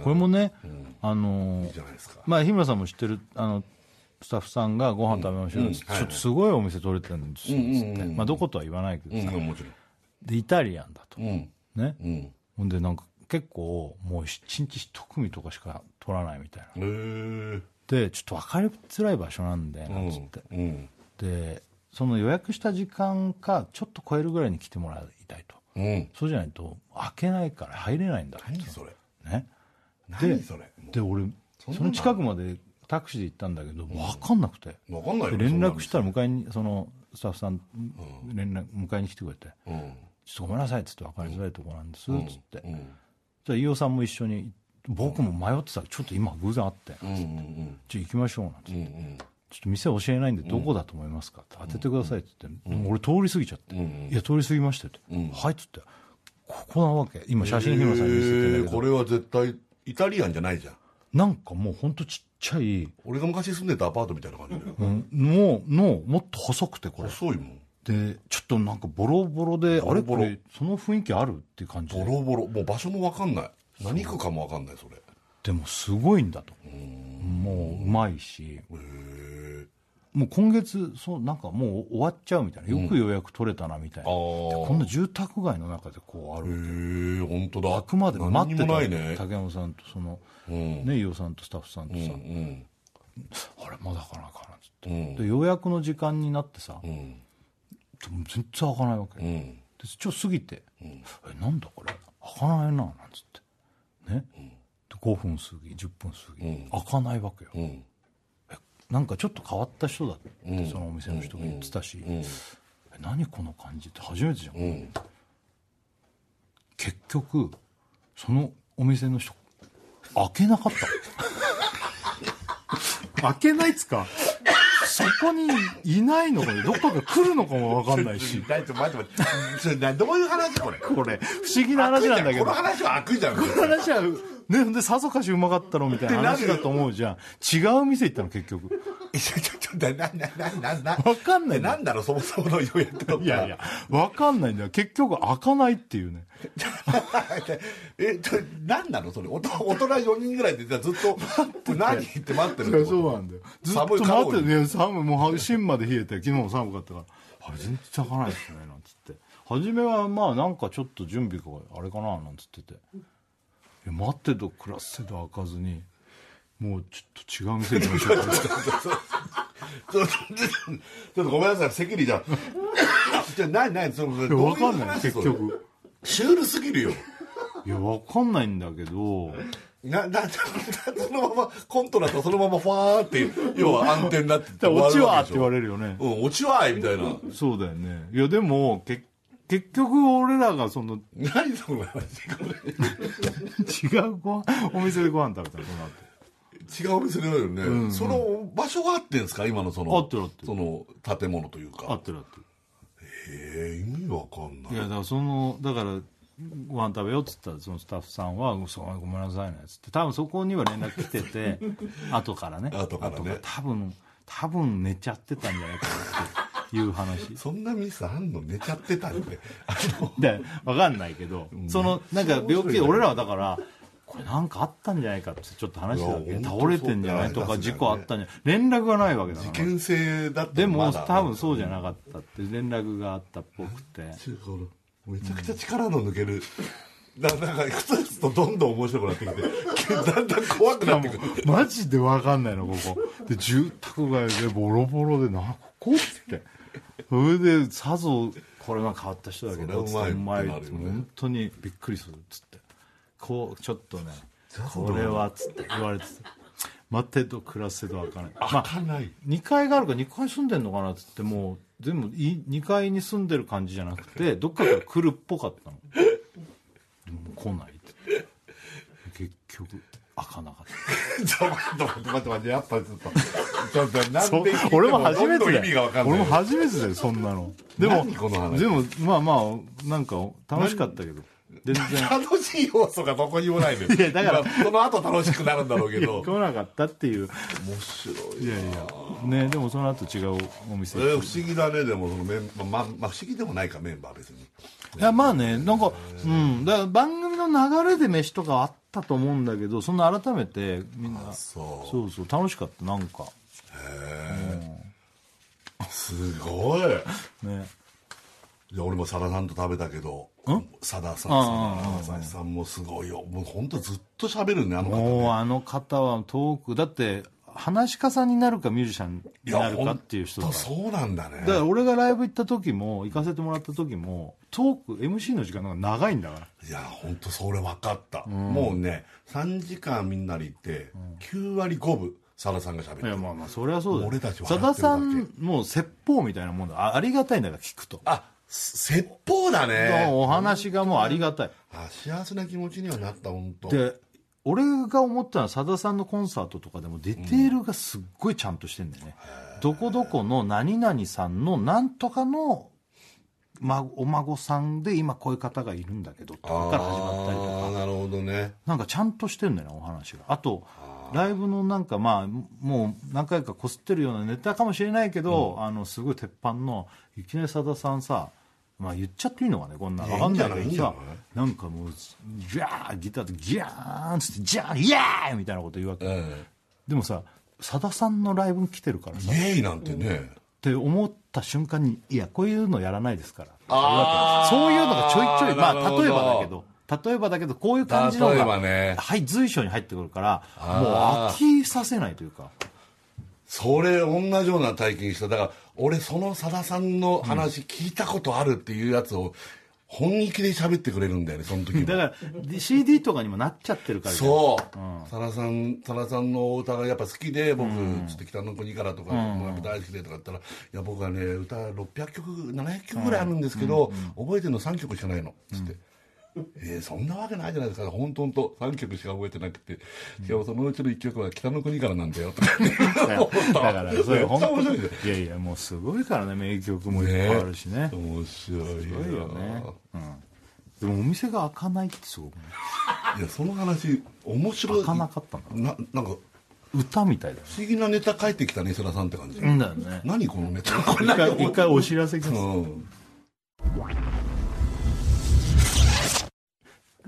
これもね、あのー
いいじゃないですか
まあ日村さんも知ってるあのスタッフさんがご飯食べましょう、
うん
ちょっとすごいお店取れてるんですよ、つってまあ、どことは言わないけど
う
さ、
んもち
でイタリアンだと、
ろんうん
ね、
うん
ほんでなんか結構もう一日一組とかしか取らないみたいな
へえ
でちょっと分かりづらい場所なんでなんつって、
うん
でその予約した時間かちょっと超えるぐらいに来てもらいたいと
うん
そうじゃないと開けないから入れないんだって
何それ
ね
何それも
で俺
んなの
その近くまでタクシーで行ったんだけど分かんなくて、
う分かんないよ
で連絡したら迎えにそのスタッフさん連絡迎えに来てくれて
そんなの
「ちょっとごめんなさい」っつって「分かりづらいとこなんです」っつって、
うんうん
じゃあ飯尾さんも一緒に僕も迷ってたちょっと今偶然会って
うんうん
「ちょ行きましょう」なんて、
うんうん
ちょっと店教えないんでどこだと思いますか?」って当ててくださいって言って、でも俺通り過ぎちゃって「
うん
いや通り過ぎました」って「はい」っつって「ここなわけ今写真日村さんに見せて
へ
る
え
んだけ
こ
ど
れは絶対イタリアンじゃないじゃん
なんかもうほんとちっちゃい、
俺が昔住んでたアパートみたいな感じだよ
うん、ののもっと細くてこれ
細いもん
でちょっとなんかボロボロで
ボロボロ
あれこれその雰囲気あるっていう感じ
ボ
で
ロボロもう場所も分かんない何区かも分かんないそれ
でもすごいんだともううまいし
へえ
もう今月そうなんかもう終わっちゃうみたいなよく予約取れたなみたいな、
あ
で
あ
こんな住宅街の中でこうある、
へえ本当だ
あくまで待って
何にも
た
ないね
竹山さんとその、
うん
ね飯尾さんとスタッフさんとさ、
うん
あれまだかなかなっつっ
う
て、
ん
で予約の時間になってさ、
う
ちょ
ん
全然開かないわけ、
う
で
ん
ちょっと過ぎて、えなんだこれ開かないななんつってね、で5分過ぎ10分過ぎ、開かないわけよ、
うん
なんかちょっと変わった人だって、そのお店の人が言ってたし、え何この感じって初めてじゃん、結局そのお店の人開けなかった [laughs] 開けないっつかそこにいないのかどっかが来るのかも分かんない [laughs] し
大丈夫待って待ってそれなどういう話これ
これ不思議な話なんだけど
この話は悪じゃん
この話はねでさぞかしうまかったろみたいな話だと思うじゃん違う店行ったの結局
えちょちょちょななななな
わかんない
えなんだろうそもそもの予約とか
いやいや、わかんないんだよ。結局開かないっていうね。
[laughs] えちょなんなのそれおと大人4人ぐらいでじゃあずっと何言って待ってるってこと
そうなんだよ。ずっと
寒いから
待ってる。いや、寒い。もう芯まで冷えて、昨日も寒かったから。あれ、全然開かないですね、なんつって。初めは、まあ、なんかちょっと準備があれかな、なんつってて。いや待ってと暮らせと開かずに、もうちょっと違う店行きましょうか。 [laughs]
ちょっとちょっとごめんなさいセキュリじゃん
[laughs]
ちょ何何そのそれ
いや、
どう
わかん
う
ない、
話
結
それ
局。
シュールすぎるよ
いや、わかんないんだけど、
な、な、な、そのまま、コントだとそのままファーって、要は暗転になってって
落ちはって言 [laughs] わ
れ
れるよね。
うん、落ちはーいみたいな。
そうだよね。いや、でも、け結局俺らがその
何その話
違うご飯お店でご飯食べたのその後
違うお店だよね、その場所が合ってんですか今のその。
合ってる合ってる
その建物という
合
か
っ。てる合って
えー、意味わかんない
るいやだからそのだからご飯食べようっつったらそのスタッフさんは「そうごめんなさいね」っつって多分そこには連絡来て [laughs] て後からね
後からね
多分多分寝ちゃってたんじゃないかなっていう話
そんなミスあんの寝ちゃってたん
[laughs]
で。あの、
で分かんないけど、そのなんか病気俺らはだからこれなんかあったんじゃないかってちょっと話してたわ
い
け
や
倒れてんじゃないと
本当そうだよ
か
ね
事故あったんじゃ連絡がないわけだから
危険性だって
でも、
まだ
多分そうじゃなかったって連絡があったっぽくて
めちゃくちゃ力の抜ける。だなんか、ふつふつとどんどん面白くなってき
[laughs]
て、だんだん怖くなってくる。
[laughs] マジで分かんないのここで住宅街でボロボロでなここっつってそれでさぞこれは変わった人だけど
それはうまいってなるよね
うまい本当にびっくりするっつってこうちょっとね
ぞ
これはっつって言われてて待てど暮らせど開かないま
開
あ
かない。
2階があるから2階住んでんのかなっつってもう全部い2階に住んでる感じじゃなくてどっかから来るっぽかったのでも来ないって結局開かなかっ
ちょっと待って待って待って、やっぱちょっと。ちょっと、なん
た
で聞いて
俺も初め
どんど
て
ん
だ
意味がわ
よ
かんな
俺
い。
も初めてだよそんなのでも
何この話
でもまあまあなんか楽しかったけど全然
楽しい要素がどこにもないのよ。
[laughs] いやだから
まあその後楽しくなるんだろうけど。
来なかったっていう
面白
い
い。
やいやねでもその後違うお店
えー不思議だね、でも、そのメンバー、まあ、まあ、不思議でもないか、メンバー別に。
いやまあねなんかうんだから番組の流れで飯とかあったと思うんだけどそんな改めてみんな
そ
そうそう楽しかったなんか
う。すごい。
ね
じゃあ俺もさださんと食べたけど
ん
さださん
あ
さださんさんもすごいよもう本当ずっと喋るねあの方
もう
ね
あの方はトークだって話し家さんになるかミュージシャン
い
になるかっていう人だ
ほんと
か
そ
ら
うなんだね
だから俺がライブ行った時も行かせてもらった時もトーク MC の時間の方が長いんだから
いや本当それ分かった、もうね3時間みんなで行って9割5分さださんが喋って
いや
る
まあまあそれはそうだよ
俺たち笑っ
さ
てるだ
だ
け
さんもう説法みたいなもんだあありがたいんだから聞くと、
あ説法だね
お話がもうありがたい
あ幸せな気持ちにはなった本当
で俺が思ったのはさださんのコンサートとかでもディテールがすっごいちゃんとしてんだよね、どこどこの何々さんのなんとかの孫お孫さんで今こういう方がいるんだけどとかから始まったりとか
ああなるほどね
なんかちゃんとしてるんだよねお話があとライブのなんかまあもう何回かこすってるようなネタかもしれないけど、あのすごい鉄板のいきなりさださんさまあ言っちゃっていいのかねこんなのわかんない
いやいいん
け
じゃ
ど
ない
さなんかもうギャーギターでギャーンっつってジャーンイエーイみたいなこと言うわけ、でもささださんのライブに来てるからさ
イ
っ
エイなんてね、
て思った瞬間にいやこういうのやらないですから
あー
そういうのがちょいちょいま
なるほ
あ
ど
例えばだけど例えばだけどこういう感じの
例え
が、
ばね
はい、随所に入ってくるからもう
あ
飽きさせないというか
それ同じような体験しただから俺そのさださんの話聞いたことあるっていうやつを本気で喋ってくれるんだよねその時も
だから CD とかにもなっちゃってるから
そう、さださんさださんのお歌がやっぱ好きで僕、ちょっと北の国からとか、もうやっぱ大好きでとか言ったらいや僕はね歌600曲700曲ぐらいあるんですけど、覚えてるの3曲しかないのつって。えーそんなわけないじゃないですか本当本当3曲しか覚えてなくてしかもそのうちの1曲は「北の国から」なんだよとか [laughs]
だからそ
めっち
れ
ゃ
本当
面白い
に
ね
いやいやもうすごいからね名曲もいっぱいあるしね
面白いよ
すごいよね、うん、でもお店が開かないってすごくね
いやその話面白い
開かなかったんだ
ななんか
歌みたいだよ
不思議なネタ書いてきたね世良さんって感じ、
ねだよね
何このネタ
一回一回お知らせきます
うん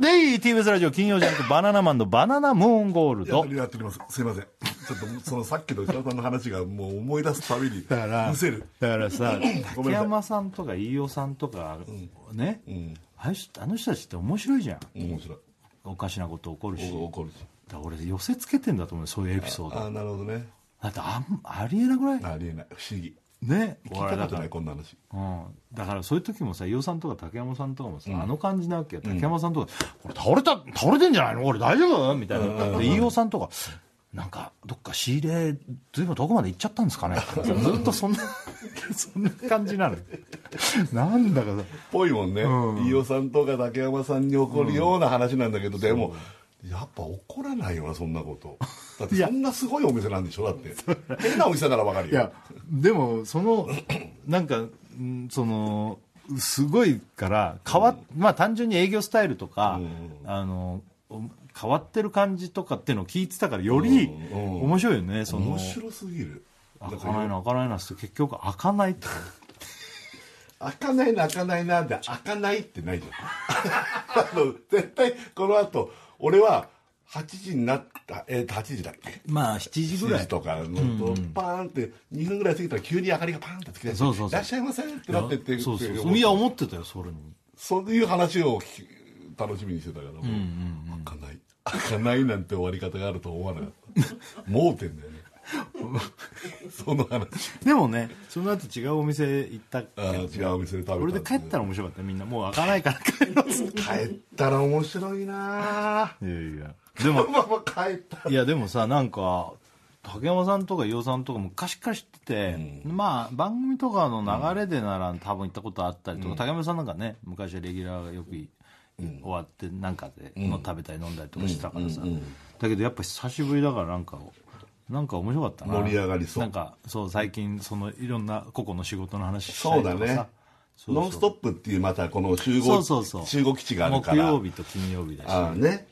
で TBS ラジオ金曜ジャンク「バナナマンのバナナムーンゴールド」
やっておりますすいませんちょっとそのさっきの白田さんの話がもう思い出すたびに
だから
むせる
だからさ
ご
竹
めんなさい
山さんとか飯尾さんとか、ね、ああいう人あの人たちって面白いじゃん
面白い
おかしなこと起こるし
お怒るし
だから俺寄せつけてんだと思うよそういうエピソード
ああなるほどね
だってあんありえなくない
ありえない不思議
ね
聞いた
だ
こ
か
と
ら
ないこんな話
うん、だからそういう時もさ飯尾さんとか竹山さんとかもさ、あの感じなわけよ竹山さんとか「これ倒れた倒れてんじゃないのこれ大丈夫?」みたいな、で飯尾さんとか「なんかどっか仕入れずいぶん遠くまで行っちゃったんですかね」とかさずっとそんなそんな感じな [laughs] のなんだかさ
ぽいもんね、飯尾さんとか竹山さんに怒るような話なんだけど、でもやっぱ怒らないよなそんなことだってそんなすごいお店なんでしょだ
[laughs]
って変なお店ならわかるよ
いやでもそのなんかんそのすごいから変わっ、まあ単純に営業スタイルとか、あのお変わってる感じとかっていうのを聞いてたからより面白いよね、その
面白すぎる
開かないな開かないなっつって結局開かないって
開かないな開かないなで開かないってないじゃん [laughs] あの絶対この後俺は8時になったえー、8時だっけ
まあ7時ぐ
7
ら
時
い
とかのと、パーンって2分ぐらい過ぎたら急に明かりがパーンってつき出して
そうそうそう
らっしゃいませ」ってなってってって
そうそう
思っ
そ
た
ういや思ってたよそれに
そういう話を聞き楽しみにしてたからもう、開かない開かないなんて終わり方があると思わなか
[laughs]
った盲点だよねその話
でもねその後違うお店行ったけ
あ
ど
ー違うお店で食べた
これで帰ったら面白かったみんなもう開かないから帰ろうっつって
帰ったら面白いなあ
いやいやでも
まあまあ帰った
いやでもさなんか竹山さんとか飯尾さんとか昔から知ってて、まあ番組とかの流れでなら多分行ったことあったりとか、竹山さんなんかね昔はレギュラーがよくい、終わってなんかで、の食べたり飲んだりとかしてたからさ、だけどやっぱ久しぶりだからなんかなんか面白かったな
盛り上がりそう
なんかそう最近そのいろんな個々の仕事の話したりとかさ
そうだね
そうそう
ノンストップっていうまたこの集合
そうそうそう
集合基地があるから
木曜日と金曜日だし
ああね、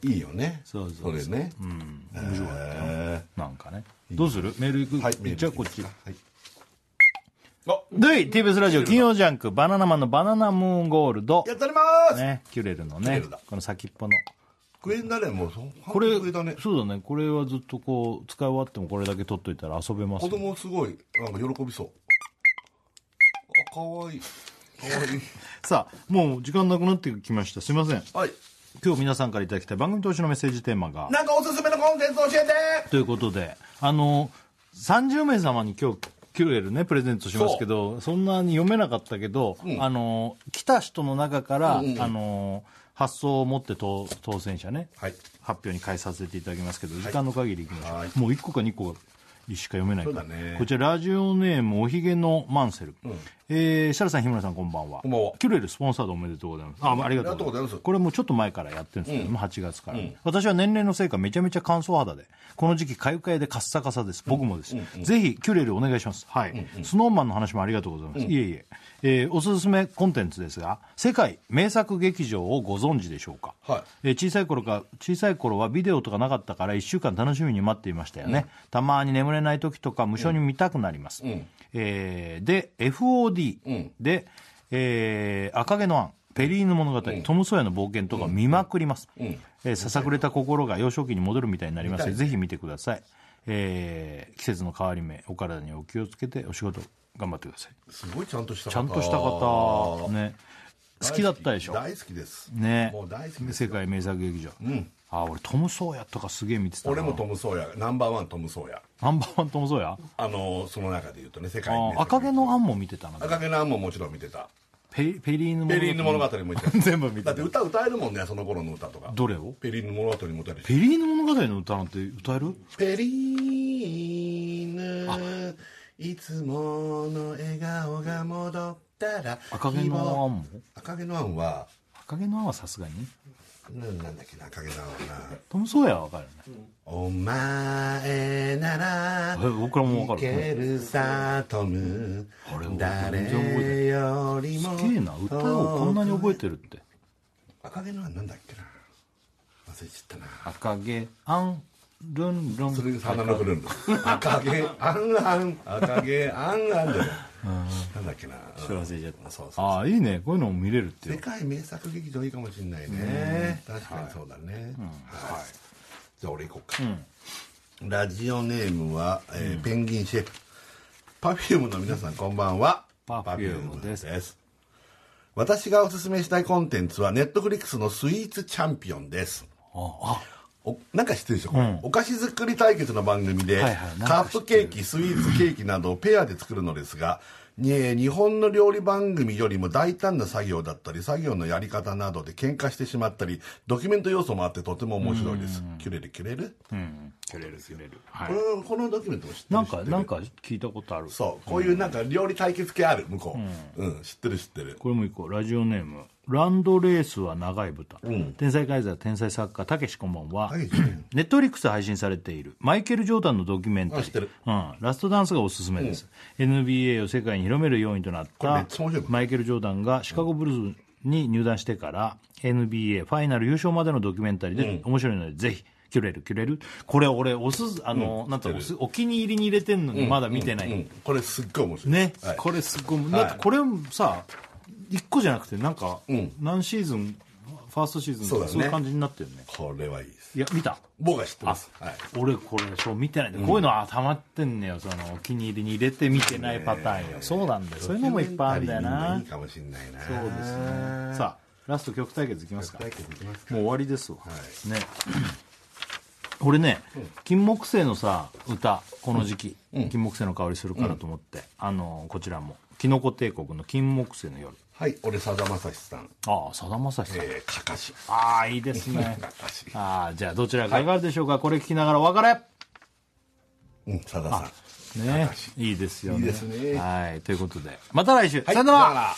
いいよね
そうそうそう
れね、面白
なんかねどうするメール行く、
はいメール
じゃあこっち
はい、
で TBS ラジオ金曜ジャンク「バナナマンのバナナムーンゴールド
やったります、」
ねキュレルの
キュレ
ね
ルだ
この先っぽの
クエンダレもう
これ
クエだね
そうだねこれはずっとこう使い終わってもこれだけ取っといたら遊べます
子
ね
供すごいなんか喜びそうあかわいい
[laughs] さあもう時間なくなってきましたすいません
はい
今日皆さんからいただきたい番組投資のメッセージテーマが
なんかおすすめのコンテンツ教えて
ということであの30名様に今日キュエルねプレゼントしますけどそんなに読めなかったけど、あの来た人の中から、あの発想を持って当当選者ね、
はい
発表に変えさせていただきますけど時間の限りいきましょう、もう1個か2個しか読めないから
そうだね
こちらラジオネームおひげのマンセル、えーシャルさん日村さんこんばんは
こんばんは
キュレルスポンサードおめでとうございますあありがと
ありが
うござい
とうござい
ま
ますす
これもうちょっと前からやってるんですけども、8月から、私は年齢のせいかめちゃめちゃ乾燥肌でこの時期かゆかゆでカッサカサです僕もです、ぜひキュレルお願いしますはい、スノーマンの話もありがとうございます、いえいええーおすすめコンテンツですが世界名作劇場をご存知でしょうか、
はい
えー小さい頃か小さい頃はビデオとかなかったから1週間楽しみに待っていましたよね、たまに眠れない時とか無性に見たくなります、えーで FOD、で、えー赤毛のアンペリーヌ物語、トム・ソーヤの冒険とか見まくります、えーささくれた心が幼少期に戻るみたいになりますのでぜひ見てください、えー季節の変わり目お体にお気をつけてお仕事頑張ってください
すごいちゃんとした
ちゃんとした方ね好きだったでしょ
大好きです
ね
もう大好きです
世界名作劇場、あ俺トム・ソーヤとかすげえ見てたな
俺もトム・ソーヤナンバーワントム・ソーヤ
ナンバーワントム・ソーヤ
あのその中で言うとね世界に
あ
ね
ー赤毛のアンも見てたな
赤毛のアンももちろん見てた
ペリペリーヌ物語
ペリーヌ物語も見てた
[laughs] 全部見て
だ
た
って歌歌えるもんねその頃の歌とか
どれを
ペリーヌ物語にも歌えるし
ペリーヌ物語の歌なんて歌える
ペリーヌいつもの笑顔が戻ったら
赤毛のアンも
赤毛のアンは
赤毛のアンはさすがに
ななんだっけな赤毛のアンはな
トム・ソーヤは分かるよね
お前なら
え僕らもわかる
いけるさトム
あれ俺全然覚えて
誰よりも
すげえな歌をこんなに覚えてるって
赤毛のアンなんだっけな忘れちゃったな
赤毛アンルンルン
それ鼻のくるんだ [laughs] 赤毛あんあん赤毛あんあんだよなんだっけな
それ忘れちゃった
そうそうそう
ああいいねこういうのも見れるっていう
世界名作劇場いいかもしれないね確かにそうだねはいじゃあ俺行こうかラジオネームはえーペンギンシェフパフュームの皆さんこんばんは
Perfume です
Perfume 私がおすすめしたいコンテンツはネットフリックスのスイーツチャンピオンです
あ
おなんか知ってるでしょ、これお菓子作り対決の番組で、
はいはいなん
カ
か
ップケーキスイーツケーキなどをペアで作るのですが、ね、日本の料理番組よりも大胆な作業だったり作業のやり方などで喧嘩してしまったりドキュメント要素もあってとても面白いですキュレルキュレル、
あうん切れる切れるはい
このこのドキュメントも知ってる
なん
知っ
か
てる
なんか聞いたことある
そうこういうなんか料理対決系ある向こう、うん知ってる知ってる
これもいこうラジオネームランドレースは長い豚、天才カイザー天才作家たけしこんばんは
たけしね
ネットフリックスで配信されているマイケル・ジョーダンのドキュメンタリ
あ知って
ー
る、
うん、ラストダンスがおすすめです、NBA を世界に広める要因となっ
これめ
た
っちゃ面白い
マイケル・ジョーダンがシカゴブルーズに入団してから NBA ファイナル優勝までのドキュメンタリーで面白いのでぜひキュレルキュレルこれ俺おすすあの、なんていうのおすお気に入りに入れてんのにまだ見てない、
うんこれすっごい面白い
ね、
はい
これすごい、だってこれさ1個じゃなくてなんか、何シーズンファーストシーズンと
そうだ
か
ね
そういう感じになってるね
これはいいです
いや見た
僕は知ってます、はい、
俺これそう見てないんで、こういうのあたまってんねよそのお気に入りに入れて見てないパターンよそうなんだよそういうのもいっぱいあるんだよ
ドキュメンタリー
ない
いかもしれないな
そうですねさあラスト曲対決いきますか
大工できます
もう終わりですわ、ね [clears throat] 俺ね、金木犀のさ歌この時期、金木犀の香りするからと思って、あのこちらも「キノコ帝国の金木犀の夜
はい、俺さだまさしさん、」
ああさだまさしさん、
えー、かかし。
ああいいです [laughs] ね
かかし。
ああじゃあどちらがかかるでしょうか、これ聞きながらお別れ
うん、さださん。
ねいいですよね
いいですね
はいということでまた来週、さよな
さよな
ら
ら